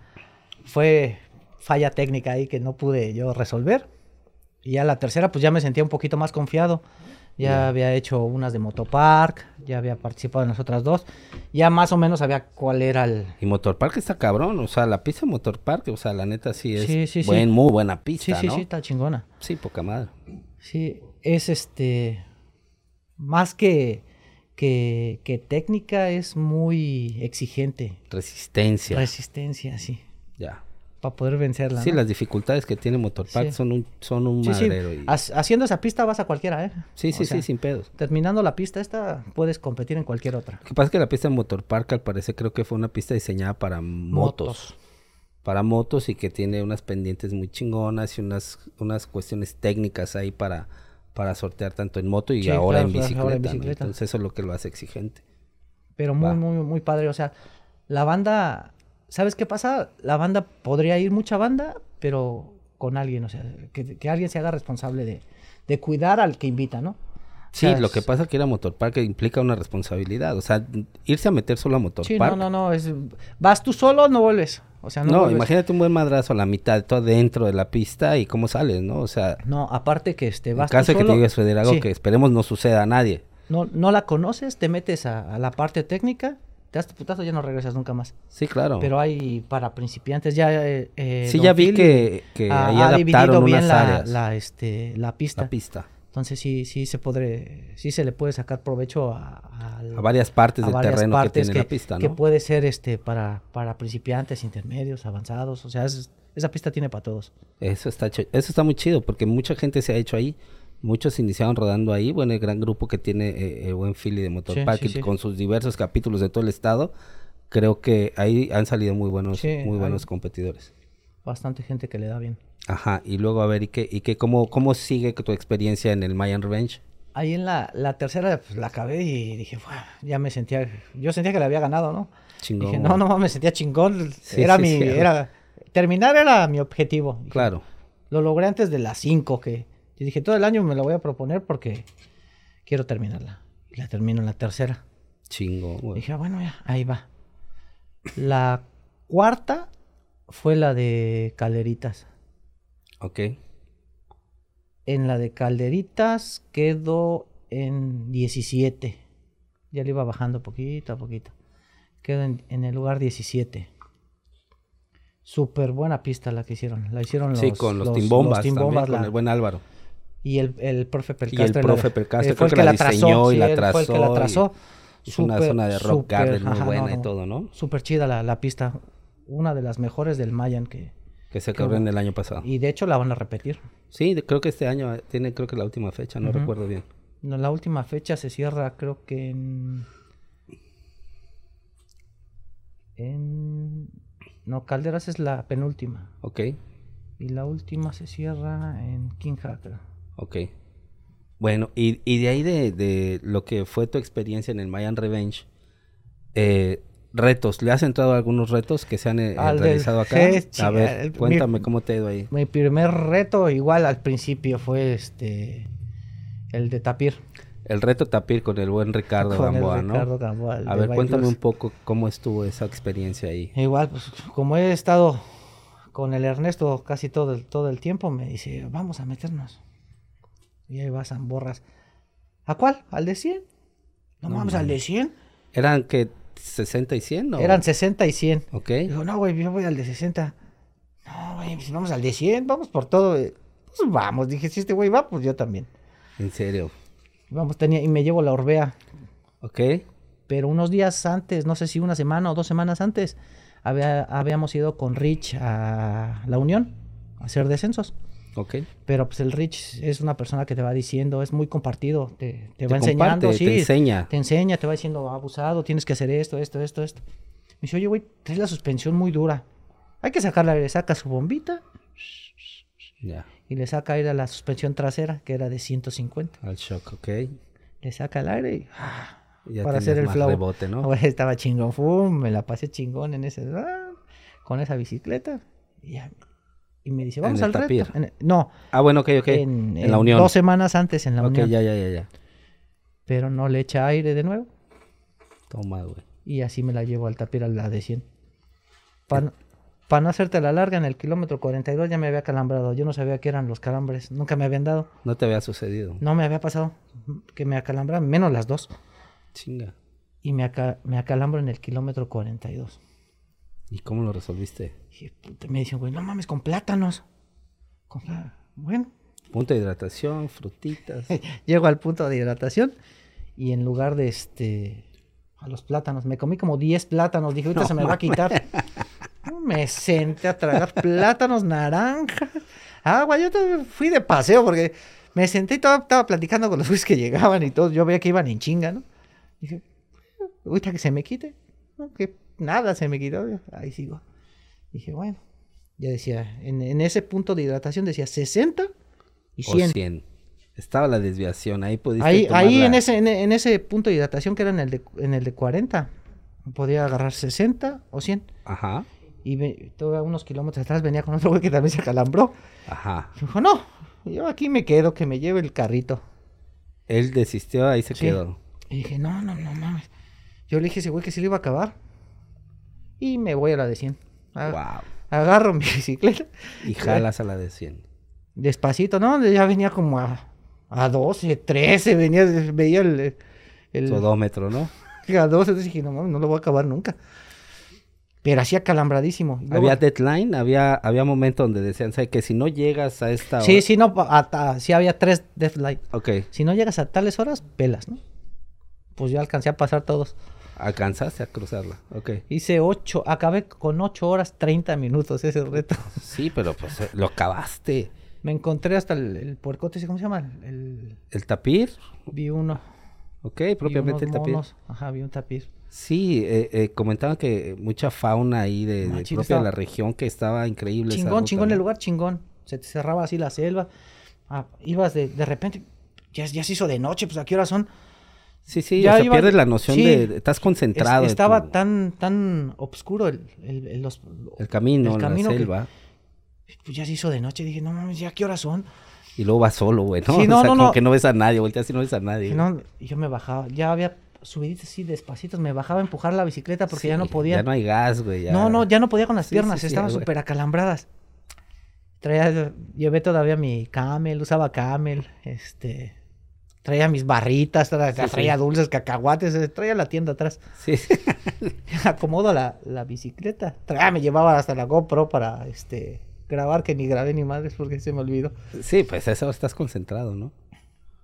S3: fue falla técnica ahí que no pude yo resolver. Y ya la tercera, pues ya me sentía un poquito más confiado. ya había hecho unas de Motopark, ya había participado en las otras dos, ya más o menos sabía cuál era el...
S2: Y Motorpark está cabrón, o sea, la pista de Motorpark, o sea, la neta sí es
S3: Sí, sí, sí.
S2: buen, muy buena
S3: Sí,
S2: pista,
S3: sí,
S2: ¿no?
S3: sí,
S2: Sí,
S3: está chingona.
S2: poca madre.
S3: Sí, es este. Más que, que, que técnica, es muy exigente.
S2: Resistencia.
S3: Resistencia, sí.
S2: ya.
S3: Para poder vencerla.
S2: Sí,
S3: ¿no?
S2: las dificultades que tiene Motorpark
S3: Sí.
S2: son un son un
S3: Sí, sí.
S2: madrero y-
S3: Has- haciendo esa pista vas a cualquiera, ¿eh?
S2: Sí, sí,
S3: O sea,
S2: sí, sin pedos.
S3: Terminando la pista esta, puedes competir en cualquier otra.
S2: Lo que pasa es que la pista de Motorpark al parecer creo que fue una pista diseñada para motos. Para motos y que tiene unas pendientes muy chingonas y unas, unas cuestiones técnicas ahí para, para sortear tanto en moto y
S3: Sí,
S2: ahora,
S3: claro,
S2: en
S3: claro,
S2: bicicleta,
S3: ahora en
S2: ¿no?
S3: bicicleta.
S2: Entonces eso es lo que lo hace exigente.
S3: Pero muy,
S2: Va.
S3: muy, muy padre. O sea, la banda. ¿Sabes qué pasa? La banda podría ir mucha banda, pero con alguien. O sea, que, que alguien se haga responsable de, de cuidar al que invita, ¿no? O
S2: Sí,
S3: sea,
S2: lo que
S3: es-
S2: pasa es que ir a Motorpark implica una responsabilidad. O sea, irse a meter solo a Motorpark.
S3: Sí,
S2: no,
S3: no, no, no. Es, vas tú solo, no vuelves. O sea, no, vuelves.
S2: imagínate un buen madrazo a la mitad, todo adentro de la pista y cómo sales, ¿no? O sea,
S3: No, aparte que este,
S2: en
S3: vas
S2: caso de
S3: tú
S2: que
S3: solo.
S2: te llegue a suceder algo
S3: sí,
S2: que esperemos no suceda a nadie.
S3: No, no la conoces, te metes a, a la parte técnica, te das tu putazo y ya no regresas nunca más.
S2: Sí, claro.
S3: Pero hay para principiantes ya. eh, eh,
S2: sí,
S3: Don
S2: ya vi
S3: Phil
S2: que, que
S3: ha-
S2: ahí
S3: ha dividido
S2: adaptaron
S3: bien
S2: unas
S3: la,
S2: áreas.
S3: La, este, la pista.
S2: la pista.
S3: Entonces sí, sí se podré, sí se le puede sacar provecho a, al-
S2: A varias partes
S3: a
S2: del
S3: varias
S2: terreno
S3: partes
S2: que tiene la pista,
S3: que
S2: ¿no?
S3: puede ser este para, para principiantes, intermedios, avanzados. O sea, es- esa pista tiene para todos.
S2: Eso está, ch- eso está muy chido porque mucha gente se ha hecho ahí. Muchos iniciaron rodando ahí. Bueno, el gran grupo que tiene eh, el buen Philly de Motorpark
S3: sí, sí.
S2: con sus diversos capítulos de todo el estado. Creo que ahí han salido muy buenos,
S3: Sí,
S2: muy
S3: hay-
S2: buenos competidores.
S3: Bastante gente que le da bien.
S2: Ajá, y luego a ver, ¿y qué, y qué, cómo, cómo sigue tu experiencia en el Mayan Revenge?
S3: Ahí en la, la tercera pues, la acabé y dije, "Fua", ya me sentía, yo sentía que la había ganado, ¿no?
S2: Chingón.
S3: Dije, no, no, me sentía chingón.
S2: Sí,
S3: era
S2: sí,
S3: mi,
S2: sí.
S3: era, terminar era mi objetivo. Dije,
S2: Claro.
S3: Lo logré antes de las 5, que yo dije, todo el año me la voy a proponer porque quiero terminarla. Y la termino en la tercera.
S2: Chingón, güey.
S3: Dije, "Ah, bueno, ya, ahí va. La cuarta fue la de Calderitas.
S2: Ok.
S3: En la de Calderitas quedó en 17. Ya le iba bajando poquito a poquito. Quedó en, en el lugar 17. Súper buena pista la que hicieron. La hicieron los,
S2: sí, con los, timbombas,
S3: Timbombas,
S2: también,
S3: la-
S2: con el buen Álvaro.
S3: Y el, el
S2: Y
S3: profe
S2: el
S3: Percastro. la-
S2: profe Percastro,
S3: eh, fue
S2: creo
S3: el
S2: que, la diseñó y
S3: sí,
S2: la
S3: él Fue el que la
S2: trazó.
S3: trazó.
S2: y Es una
S3: Súper,
S2: zona de rock
S3: súper,
S2: garden muy
S3: ajá,
S2: buena
S3: no,
S2: y todo, ¿no?
S3: Súper chida la, la pista. Una de las mejores del Mayan que...
S2: Que se
S3: Qué
S2: acabó en
S3: bueno.
S2: el año pasado.
S3: Y de hecho la van a repetir.
S2: Sí, de- creo que este año eh, tiene, creo que la última fecha, no recuerdo bien.
S3: No, la última fecha se cierra, creo que en. En. No, Calderas es la penúltima.
S2: Ok,
S3: Y la última se cierra en King Hacker.
S2: ok. Bueno, y, y de ahí de, de lo que fue tu experiencia en el Mayan Revenge, eh, retos, ¿le has entrado a algunos retos que se han eh,
S3: Al del-
S2: realizado acá?
S3: sí,
S2: a
S3: chinga, el-
S2: ver, cuéntame
S3: mi-
S2: cómo te ha ido ahí.
S3: Mi primer reto, igual al principio, fue este. El de Tapir.
S2: El reto tapir con el buen Ricardo
S3: con el
S2: Gamboa,
S3: Ricardo
S2: ¿no?
S3: Gamboa, el
S2: A
S3: de
S2: ver,
S3: Bike
S2: cuéntame
S3: Blues.
S2: un poco cómo estuvo esa experiencia ahí.
S3: Igual, pues como he estado con el Ernesto casi todo el, todo el tiempo, me dice, vamos a meternos. Y ahí vas, Zamborras. ¿A cuál? ¿Al de 100? No,
S2: No
S3: mames, ¿al de 100?
S2: ¿Eran que 60 y 100? ¿no?
S3: Eran 60 y 100.
S2: Ok.
S3: Digo, no, güey, yo voy al de 60. No, güey, pues vamos al de 100, vamos por todo. güey". Pues vamos, dije, si este güey va, pues yo también.
S2: En serio.
S3: Vamos, tenía, y me llevo la Orbea.
S2: Ok.
S3: pero unos días antes, no sé si una semana o dos semanas antes, había- habíamos ido con Rich a la Unión a hacer descensos.
S2: Ok.
S3: Pero pues el Rich es una persona que te va diciendo, es muy compartido, te,
S2: Te
S3: te va enseñando,
S2: comparte,
S3: sí,
S2: te enseña.
S3: te enseña, te va diciendo, abusado, tienes que hacer esto, esto, esto, esto. Me dice, oye, güey, traes la suspensión muy dura. Hay que sacarla, le saca su bombita
S2: Ya.
S3: y le saca aire a la suspensión trasera, que era de 150.
S2: Al shock, ok.
S3: Le saca el aire y ah,
S2: Ya
S3: para hacer
S2: tenías
S3: el
S2: más
S3: flow.
S2: rebote,
S3: *laughs*
S2: ¿no?
S3: Ahora estaba chingón, ¡fum! me la pasé chingón en ese ah, con esa bicicleta. Y, ya- y me dice,
S2: En
S3: vamos
S2: el
S3: al
S2: Tapir.
S3: reto. En el- no,
S2: Ah, bueno, ok, ok. En,
S3: en, en
S2: la unión.
S3: Dos semanas antes en la
S2: ok,
S3: unión.
S2: ya, ya, ya, ya.
S3: Pero no le echa aire de nuevo.
S2: Toma, güey.
S3: Y así me la llevo al tapir a la de 100. Pa- Para no hacerte la larga, en el kilómetro 42 ya me había calambrado. Yo no sabía qué eran los calambres. Nunca me habían dado.
S2: No te había sucedido.
S3: No me había pasado que me acalambraran, menos las dos.
S2: Chinga.
S3: Y me, aca- me acalambro en el kilómetro 42.
S2: ¿Y cómo lo resolviste?
S3: Y puta, me dicen, güey, no mames, con plátanos. Con plá- Bueno,
S2: Punto de hidratación, frutitas.
S3: llego al punto de hidratación y en lugar de este. A los plátanos, me comí como 10 plátanos. Dije, ahorita se me va a quitar. Me senté a tragar plátanos, naranja, agua. Yo te- fui de paseo porque me senté y todo- estaba platicando con los güeyes que llegaban y todo. Yo veía que iban en chinga, ¿no? Dije, ahorita que se me quite. ¿no? Que nada se me quitó. Ahí sigo. Dije, bueno. Ya decía, en, en ese punto de hidratación decía 60 *laughs* y
S2: o
S3: 100.
S2: 100. Estaba la desviación, ahí pudiste
S3: Ahí,
S2: tomar
S3: ahí
S2: la-
S3: en, ese, en, en ese punto de hidratación que era en el de, en el de 40, podía agarrar 60 o 100.
S2: Ajá,
S3: Y ve- todavía unos kilómetros atrás venía con otro güey que también se acalambró.
S2: ajá.
S3: Y dijo, no, yo aquí me quedo, que me lleve el carrito.
S2: Él desistió, ahí se
S3: Sí.
S2: quedó.
S3: Y dije, no, no, no mames. Yo le dije a ese güey que sí le iba a acabar. Y me voy a la de 100. A-
S2: Wow.
S3: Agarro mi *laughs* bicicleta.
S2: Y jalas a la de 100.
S3: Despacito, ¿no? Ya venía como a, a 12, 13. Venía, veía el... el
S2: Sodómetro, ¿no?
S3: A 12, entonces dije, no mames, no lo voy a acabar nunca. Pero así acalambradísimo. Y luego-
S2: Había deadline, había, había momento donde decían, ¿sabes que Si no llegas a esta
S3: Sí,
S2: hora-
S3: sí, no, pa- a ta- sí había tres Deathlight.
S2: Ok,
S3: Si no llegas a tales horas, pelas, ¿no? Pues yo alcancé a pasar todos.
S2: alcanzaste a cruzarla. Ok.
S3: Hice ocho, acabé con ocho horas 30 minutos ese reto. *laughs*
S2: Sí, pero pues eh, lo acabaste.
S3: Me encontré hasta el, el puercote, ese, ¿cómo se llama? El,
S2: El tapir,
S3: vi uno.
S2: ok,
S3: vi
S2: propiamente el
S3: unos
S2: tapir.
S3: monos. Ajá, vi un tapir.
S2: Sí, eh, eh, comentaban que mucha fauna ahí de, de
S3: Ah, chido,
S2: propia de la
S3: estaba-
S2: región que estaba increíble. esa
S3: Chingón,
S2: ruta,
S3: chingón
S2: ¿no?
S3: el lugar, chingón. Se te cerraba así la selva. Ah, ibas de, de repente, ya, ya se hizo de noche, pues a qué horas son.
S2: Sí, sí,
S3: Ya
S2: o sea,
S3: iba-
S2: pierdes la noción
S3: sí.
S2: de, de- estás
S3: Es-
S2: concentrado. en
S3: estaba
S2: tu-
S3: tan, tan oscuro el, el- el- los-
S2: el camino,
S3: el
S2: la
S3: camino que-
S2: selva.
S3: pues ya se hizo de noche. Dije, no mames, ¿ya qué horas son?
S2: Y luego vas solo, güey, ¿no?
S3: Sí,
S2: *laughs* o
S3: no,
S2: sea,
S3: no,
S2: como
S3: no.
S2: que no ves a nadie, volteas y no ves a nadie.
S3: Y no, y yo me bajaba. Ya había subido así despacitos. Me bajaba a empujar la bicicleta porque
S2: Sí,
S3: ya no podía.
S2: Ya no hay gas, güey. ya.
S3: No, no, ya no podía con las
S2: Sí,
S3: piernas,
S2: sí, sí,
S3: estaban
S2: güey.
S3: súper acalambradas. Traía, llevé todavía mi camel, usaba camel, este, traía mis barritas, tra- traía,
S2: Sí, sí.
S3: dulces, cacahuates, eh, traía la tienda atrás.
S2: Sí, *laughs* sí.
S3: *laughs* Acomodo la, la bicicleta, traía, me llevaba hasta la GoPro para, este, grabar, que ni grabé ni madres porque se me olvidó.
S2: Sí, pues a esa hora estás concentrado, ¿no?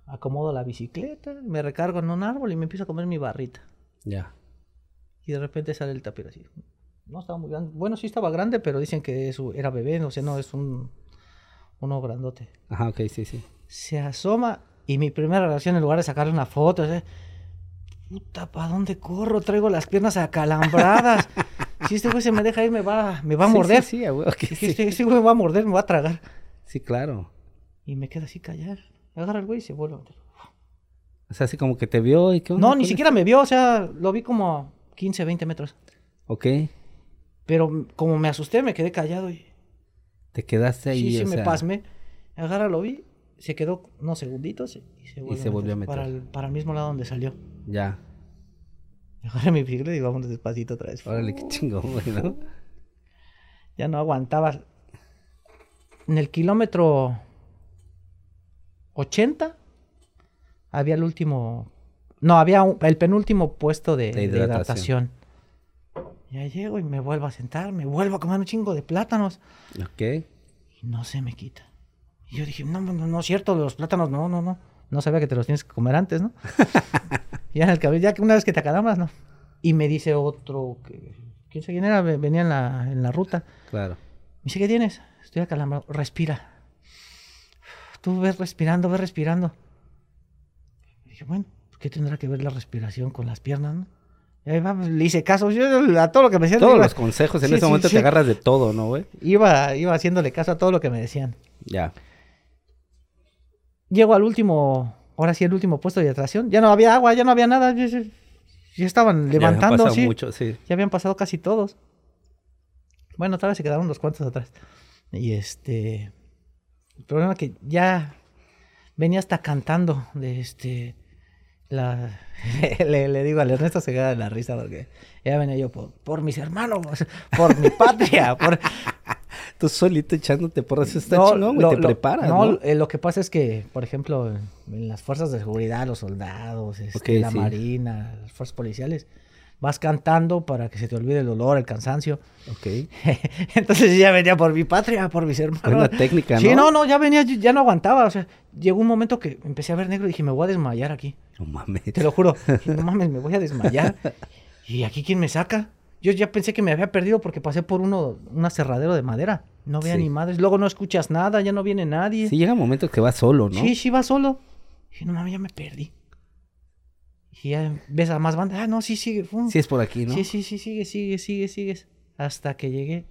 S3: Acomodo la bicicleta, me recargo en un árbol y me empiezo a comer mi barrita.
S2: Ya.
S3: Y de repente sale el tapir así. No estaba muy grande. Bueno, sí estaba grande, pero dicen que es- era bebé, no sé, no, es un uno grandote.
S2: Ajá, ok, sí, sí.
S3: Se asoma y mi primera reacción en lugar de sacarle una foto, es, puta, ¿para dónde corro? Traigo las
S2: *laughs*
S3: piernas acalambradas. si este güey se me deja ir, me va, me va a
S2: Sí, sí,
S3: morder.
S2: Sí, a huevo que
S3: Dije,
S2: sí.
S3: este, este güey me va a morder, me va a tragar.
S2: Sí, claro.
S3: Y me queda así callar. Agarra el güey y se vuelve a meter.
S2: O sea, así como que te vio y qué onda
S3: No,
S2: con
S3: ni
S2: eso?
S3: siquiera me vio, o sea, lo vi como a 15, 20 metros.
S2: Ok,
S3: Pero como me asusté, me quedé callado y
S2: te quedaste ahí.
S3: Sí, sí,
S2: o
S3: me
S2: sea,
S3: pasmé. Agarra, lo vi, se quedó unos segunditos y se volvió,
S2: se volvió a
S3: Para,
S2: meter.
S3: el, para el mismo lado donde salió.
S2: Ya.
S3: Agarré mi bicicleta y vámonos despacito otra vez.
S2: Órale, qué chingón, güey, ¿no?
S3: Ya no aguantaba. En el kilómetro 80 había el último... No, había un- el penúltimo puesto de,
S2: De
S3: de
S2: hidratación.
S3: hidratación. Ya llego y me vuelvo a sentar, me vuelvo a comer un chingo de plátanos.
S2: Ok.
S3: y no se me quita. Y yo dije, no, no, no, no es cierto, los plátanos, no, no, no. No sabía que te los tienes que comer antes, *laughs* ¿no? ya en el cabello, ya que una vez que te acalambras, ¿no? Y me dice otro, que, quién sé quién era, ve- venía en la, en la ruta.
S2: Claro.
S3: Me dice, ¿qué tienes? Estoy acalambrado, respira. Tú ves respirando, ves respirando. Y dije, bueno, pues, ¿qué tendrá que ver la respiración con las piernas, no? Y ahí va, pues, le hice caso, yo a todo lo que me decían.
S2: Todos
S3: iba-
S2: los consejos en
S3: Sí,
S2: ese
S3: sí,
S2: momento
S3: sí.
S2: te agarras de todo, ¿no, güey?
S3: iba, iba haciéndole caso a todo lo que me decían.
S2: Ya.
S3: Llego al último, ahora sí, el último puesto de atracción. Ya no había agua, ya no había nada. Ya, ya- ya estaban
S2: Ya habían
S3: levantando,
S2: pasado
S3: sí.
S2: mucho, sí.
S3: Ya habían pasado casi todos. Bueno, tal vez se quedaron unos cuantos atrás. Y este. El problema que ya venía hasta cantando de este. la- *laughs* le, le digo al Ernesto se queda de la risa porque ya venía yo por, por mis hermanos, por mi patria, por,
S2: Tú solito echándote porras, eso *laughs* está
S3: No,
S2: chingón, güey,
S3: lo-
S2: te
S3: lo-
S2: preparas,
S3: No,
S2: ¿no?
S3: eh, lo que pasa es que, por ejemplo, en- en las fuerzas de seguridad, los soldados, este,
S2: Ok,
S3: la
S2: sí.
S3: marina, las fuerzas policiales, vas cantando para que se te olvide el dolor, el cansancio.
S2: Ok.
S3: *laughs* Entonces yo ya venía por mi patria, por mis hermanos.
S2: Buena técnica,
S3: Sí,
S2: ¿no?
S3: Ah, no, no, ya venía, yo ya no aguantaba. O sea, llegó un momento que empecé a ver negro y dije, me voy a desmayar aquí.
S2: No mames.
S3: Te
S2: *laughs*
S3: lo juro. Dije, No mames, me voy a desmayar. *laughs* ¿Y aquí quién me saca? Yo ya pensé que me había perdido porque pasé por uno, un aserradero de madera. No veía
S2: Sí.
S3: ni madres. Luego no escuchas nada, ya no viene nadie.
S2: Sí, llega momentos que vas solo, ¿no?
S3: Sí, sí, va solo. Dije, no mames, ya me perdí. Y ya ves a más banda. Ah, no, sí, sigue. fum.
S2: Sí, es por aquí, ¿no?
S3: Sí, sí, sí, sigue, sigue, sigue, sigue. Hasta que llegué.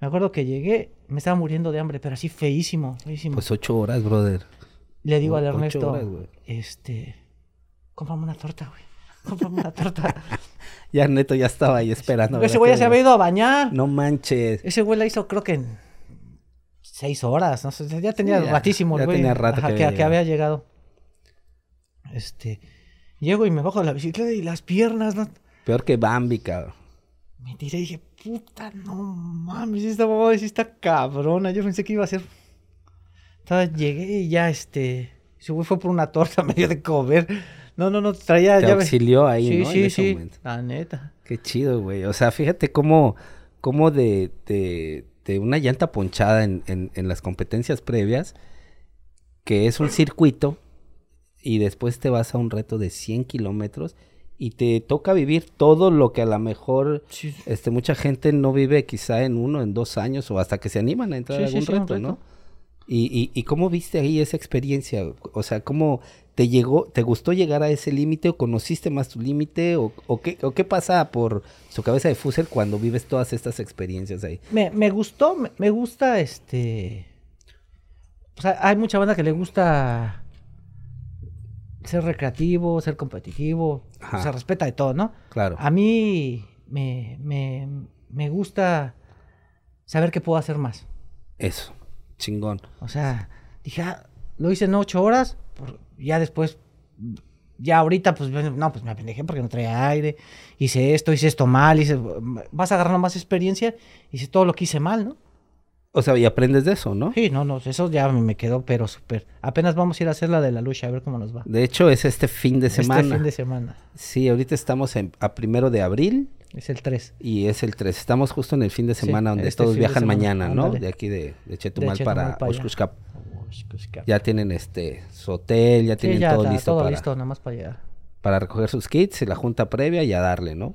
S3: Me acuerdo que llegué, me estaba muriendo de hambre, pero así feísimo, feísimo.
S2: Pues ocho horas, brother.
S3: Le digo al
S2: ocho
S3: Ernesto,
S2: horas, güey.
S3: este, cómprame una torta, güey. *laughs* Cómprame
S2: *laughs*
S3: una torta.
S2: Ya Neto ya estaba ahí esperando. ¿verdad?
S3: Ese güey ya
S2: Que-
S3: se había ido a bañar.
S2: No manches.
S3: Ese güey la hizo, creo que en seis horas. No sé, ya tenía
S2: ya-
S3: ratísimo, el
S2: ya
S3: güey.
S2: tenía rato
S3: Ajá,
S2: que
S3: que,
S2: había
S3: que había llegado. Este, llego y me bajo de la bicicleta y las piernas, ¿no?
S2: Peor que Bambi, cabrón.
S3: Me tiré y dije, puta, no mames, esta mamá sí está cabrona. Yo pensé que iba a ser. Entonces llegué y ya, este. Ese güey fue por una torta, *laughs* me dio de comer. No, no, no, traía.
S2: Te
S3: ya ves-
S2: auxilió ahí,
S3: sí,
S2: ¿no? En
S3: sí,
S2: ese
S3: sí.
S2: momento.
S3: La neta.
S2: Qué chido, güey. O sea, fíjate cómo, cómo de, de, de una llanta ponchada en, en- en las competencias previas, que es un circuito, y después te vas a un reto de 100 kilómetros y te toca vivir todo lo que a lo mejor
S3: Sí,
S2: este, mucha gente no vive quizá en uno, en dos años o hasta que se animan a entrar
S3: Sí,
S2: a
S3: sí,
S2: algún
S3: sí, un
S2: reto, ¿no?
S3: reto.
S2: Y, y, ¿Y cómo viste ahí esa experiencia? O sea, ¿cómo te llegó, te gustó llegar a ese límite o conociste más tu límite o, o qué, o qué pasa por su cabeza de fusel cuando vives todas estas experiencias ahí?
S3: Me, me gustó, me, me gusta este. O sea, hay mucha banda que le gusta ser recreativo, ser competitivo.
S2: Ajá.
S3: O sea, respeta de todo, ¿no?
S2: Claro.
S3: A mí me, me, me gusta saber que puedo hacer más.
S2: Eso. Chingón.
S3: O sea, dije, ah, lo hice en ocho horas, por- ya después, ya ahorita, pues bueno, no, pues me apendejé porque no traía aire, hice esto, hice esto mal, hice, vas agarrando más experiencia, hice todo lo que hice mal, ¿no?
S2: O sea, y aprendes de eso, ¿no?
S3: Sí, no, no, eso ya me quedó, pero súper. Apenas vamos a ir a hacer la de la lucha, a ver cómo nos va.
S2: De hecho, es este fin de semana.
S3: Este fin de semana,
S2: Sí, ahorita estamos en- a primero de abril.
S3: es el 3.
S2: Y es el 3. Estamos justo en el fin de
S3: Sí,
S2: semana donde
S3: este
S2: todos
S3: fin de
S2: viajan
S3: semana.
S2: mañana, ¿no?
S3: Ándale.
S2: De aquí de, de Chetumal,
S3: Chetumal
S2: para
S3: para allá.
S2: Oshkoshkap. Ya tienen este su hotel, ya pues, tienen
S3: Sí, ya
S2: todo
S3: está,
S2: listo
S3: todo
S2: para,
S3: listo, nada más para llegar.
S2: para recoger sus kits y la junta previa y a darle, ¿no?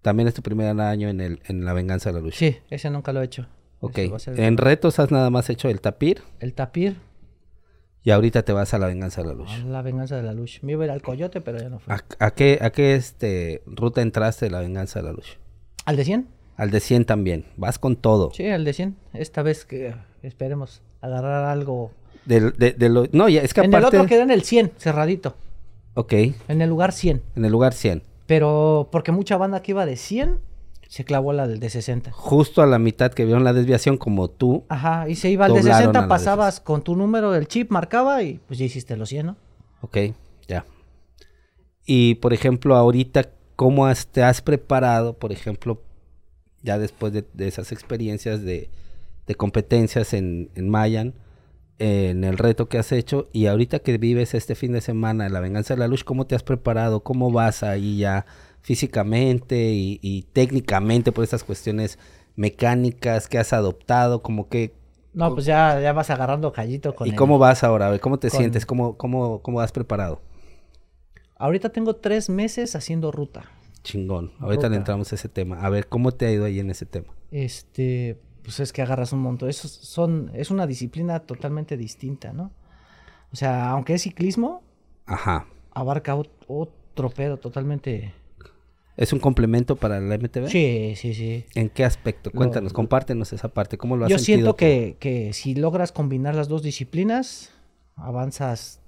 S2: También es tu primer año en el en la venganza de la lucha.
S3: Sí, ese nunca lo he hecho.
S2: ok. eh.
S3: Ese va a ser
S2: En retos has nada más hecho el tapir
S3: El tapir,
S2: y ahorita te vas a la venganza de la
S3: a
S2: lucha.
S3: la venganza de la lucha. Me iba a ir al coyote, pero ya no fue.
S2: ¿A, a qué, a qué este, ruta entraste de la venganza de la lucha?
S3: ¿Al de 100?
S2: Al de 100 también. Vas con todo.
S3: Sí, al de 100. Esta vez que esperemos agarrar algo.
S2: Del- de- de lo- no, ya, es que
S3: En el
S2: aparte.
S3: otro quedó en el 100, cerradito.
S2: Ok.
S3: En el lugar 100.
S2: En el lugar 100.
S3: Pero porque mucha banda que iba de 100 se clavó la del de 60.
S2: Justo a la mitad que vieron la desviación, como tú,
S3: Ajá, y se iba al de
S2: Doblaron a la
S3: 60,
S2: de
S3: pasabas con tu número del chip, marcaba y pues ya hiciste los 100, ¿no?
S2: Ok, ya. Y por ejemplo, ahorita, ¿cómo has- te has preparado, por ejemplo, ya después de, de esas experiencias de, de competencias en, en Mayan, en el reto que has hecho, y ahorita que vives este fin de semana en la venganza de la luz, ¿cómo te has preparado? ¿Cómo vas ahí ya físicamente y, y técnicamente por estas cuestiones mecánicas que has adoptado? Como que,
S3: No, pues ya, ya vas agarrando callito con
S2: ¿Y
S3: el-
S2: cómo vas ahora? A ver, ¿Cómo te
S3: con-
S2: sientes? ¿Cómo, cómo, ¿Cómo has preparado?
S3: Ahorita tengo tres meses haciendo ruta.
S2: Chingón. Ahorita le
S3: Ruta.
S2: entramos a ese tema. A ver, ¿cómo te ha ido ahí en ese tema?
S3: Este, pues es que agarras un montón. Eso son, es una disciplina totalmente distinta, ¿no? O sea, aunque es ciclismo,
S2: Ajá.
S3: abarca ot- otro pedo totalmente.
S2: ¿Eh? ¿Es un complemento para la MTV?
S3: Sí, sí, sí.
S2: ¿En qué aspecto?
S3: Lo-
S2: Cuéntanos, compártenos esa parte. ¿Cómo lo has
S3: Yo
S2: sentido?
S3: siento que, que si logras combinar las dos disciplinas, avanzas,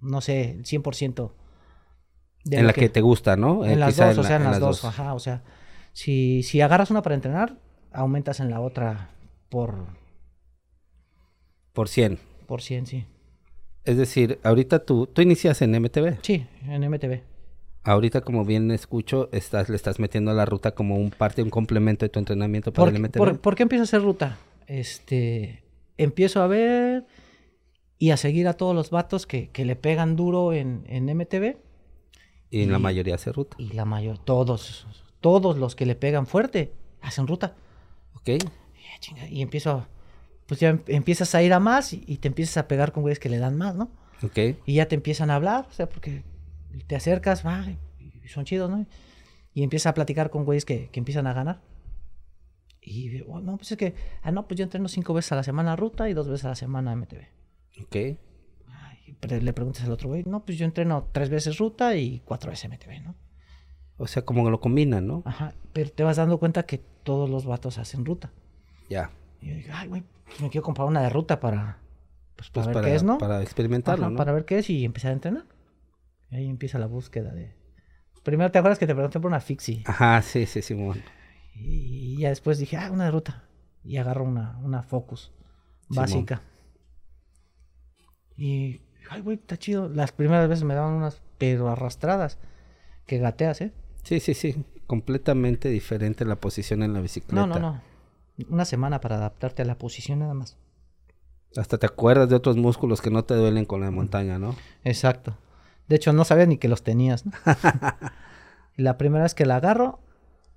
S3: no sé, el 100%. de
S2: en
S3: lo
S2: la que, te gusta, ¿no? Eh,
S3: En las
S2: quizá
S3: dos, o sea, en, las dos.
S2: dos.
S3: Ajá, o sea, si, si agarras una para entrenar, aumentas en la otra por,
S2: Por 100.
S3: por 100, sí.
S2: Es decir, ahorita tú, tú inicias en MTV.
S3: Sí, en MTV.
S2: Ahorita, como bien escucho, estás, le estás metiendo a la ruta como un parte, un complemento de tu entrenamiento para
S3: ¿Por,
S2: el MTV.
S3: por- por qué empiezo a hacer ruta? Este, empiezo a ver y a seguir a todos los vatos que, que le pegan duro en, en MTV.
S2: y en la
S3: y-
S2: mayoría hace ruta.
S3: Y la mayor, todos, todos los que le pegan fuerte hacen ruta.
S2: ¿Ok?
S3: Y, ah, chinga, y empiezo a- pues ya em- empiezas a ir a más y, y te empiezas a pegar con güeyes que le dan más, ¿no?
S2: ¿Ok?
S3: Y ya te empiezan a hablar, o sea, porque te acercas, va, y son chidos, ¿no? Y empiezas a platicar con güeyes que, que empiezan a ganar. Y, oh, no, pues es que, ah, no, pues yo entreno cinco veces a la semana ruta y dos veces a la semana MTV.
S2: ¿Ok?
S3: Ay, y pre- le preguntas al otro güey, no, pues yo entreno tres veces ruta y cuatro veces MTV, ¿no?
S2: O sea, como lo combinan, ¿no?
S3: Ajá, pero te vas dando cuenta que todos los vatos hacen ruta.
S2: Ya.
S3: Y yo digo, ay, güey, pues me quiero comprar una de ruta para, pues, para
S2: Pues
S3: ver
S2: para,
S3: qué es, ¿no?
S2: para experimentarlo,
S3: Ajá,
S2: ¿no?
S3: para ver qué es y empezar a entrenar. Y ahí empieza la búsqueda de... pues, Primero, ¿te acuerdas que te pregunté por una fixie?
S2: Ajá, sí, sí, Simón.
S3: Y ya después dije, ah, una de ruta. Y agarro una, una Focus
S2: Simón.
S3: básica. Y, ay, güey, está chido. Las primeras veces me daban unas pero arrastradas que gateas, ¿eh?
S2: Sí, sí, sí. Completamente diferente la posición en la bicicleta.
S3: No, no, no. Una semana para adaptarte a la posición nada más.
S2: Hasta te acuerdas de otros músculos que no te duelen con la montaña, ¿no?
S3: Exacto. De hecho, no sabía ni que
S2: *laughs*
S3: los tenías, ¿no? la primera vez que la agarro,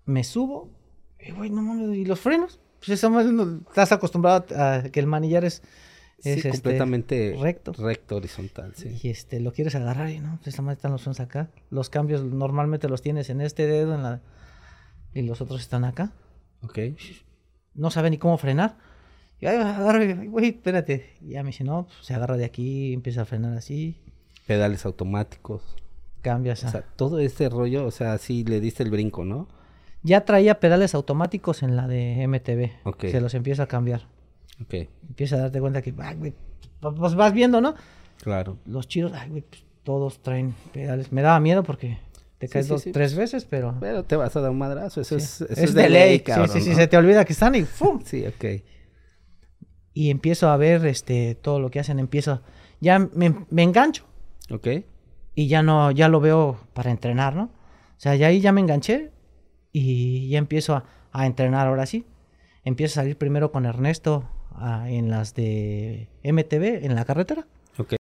S3: me subo. Y, güey, no mames, ¿y los frenos? Pues esa madre no- estás acostumbrado a que el manillar es,
S2: Sí,
S3: es, este,
S2: completamente
S3: recto.
S2: Recto, horizontal, sí.
S3: Y este, lo quieres agarrar y no, pues esa madre están los frenos acá. Los cambios normalmente los tienes en este dedo en la, y los otros están acá.
S2: Ok.
S3: No sabe ni cómo frenar. Y ahí agarro y, güey, espérate. Y ya me dice, no, pues, se agarra de aquí, empieza a frenar así,
S2: Pedales automáticos.
S3: cambias a...
S2: O sea, todo este rollo, o sea, sí le diste el brinco, ¿no?
S3: Ya traía pedales automáticos en la de MTV.
S2: Ok.
S3: Se los empieza a cambiar.
S2: Ok,
S3: Empieza a darte cuenta que, ay, güey, pues vas viendo, ¿no?
S2: claro.
S3: Los chidos, ay, güey, pues, todos traen pedales. Me daba miedo porque te
S2: Sí,
S3: caes
S2: sí,
S3: dos,
S2: sí.
S3: tres veces, pero...
S2: Pero te vas a dar un madrazo, eso, es,
S3: sí.
S2: eso es de ley, cabrón.
S3: sí, sí, sí,
S2: ¿no?
S3: se te olvida que están y ¡fum!
S2: Sí, ok.
S3: Y empiezo a ver este, todo lo que hacen, empiezo... Ya me, me engancho
S2: Ok,
S3: y ya no, ya lo veo para entrenar, ¿no? O sea, ya ahí ya me enganché y ya empiezo a, a entrenar ahora sí. Empiezo a salir primero con Ernesto ah, en las de MTV, en la carretera.
S2: ok.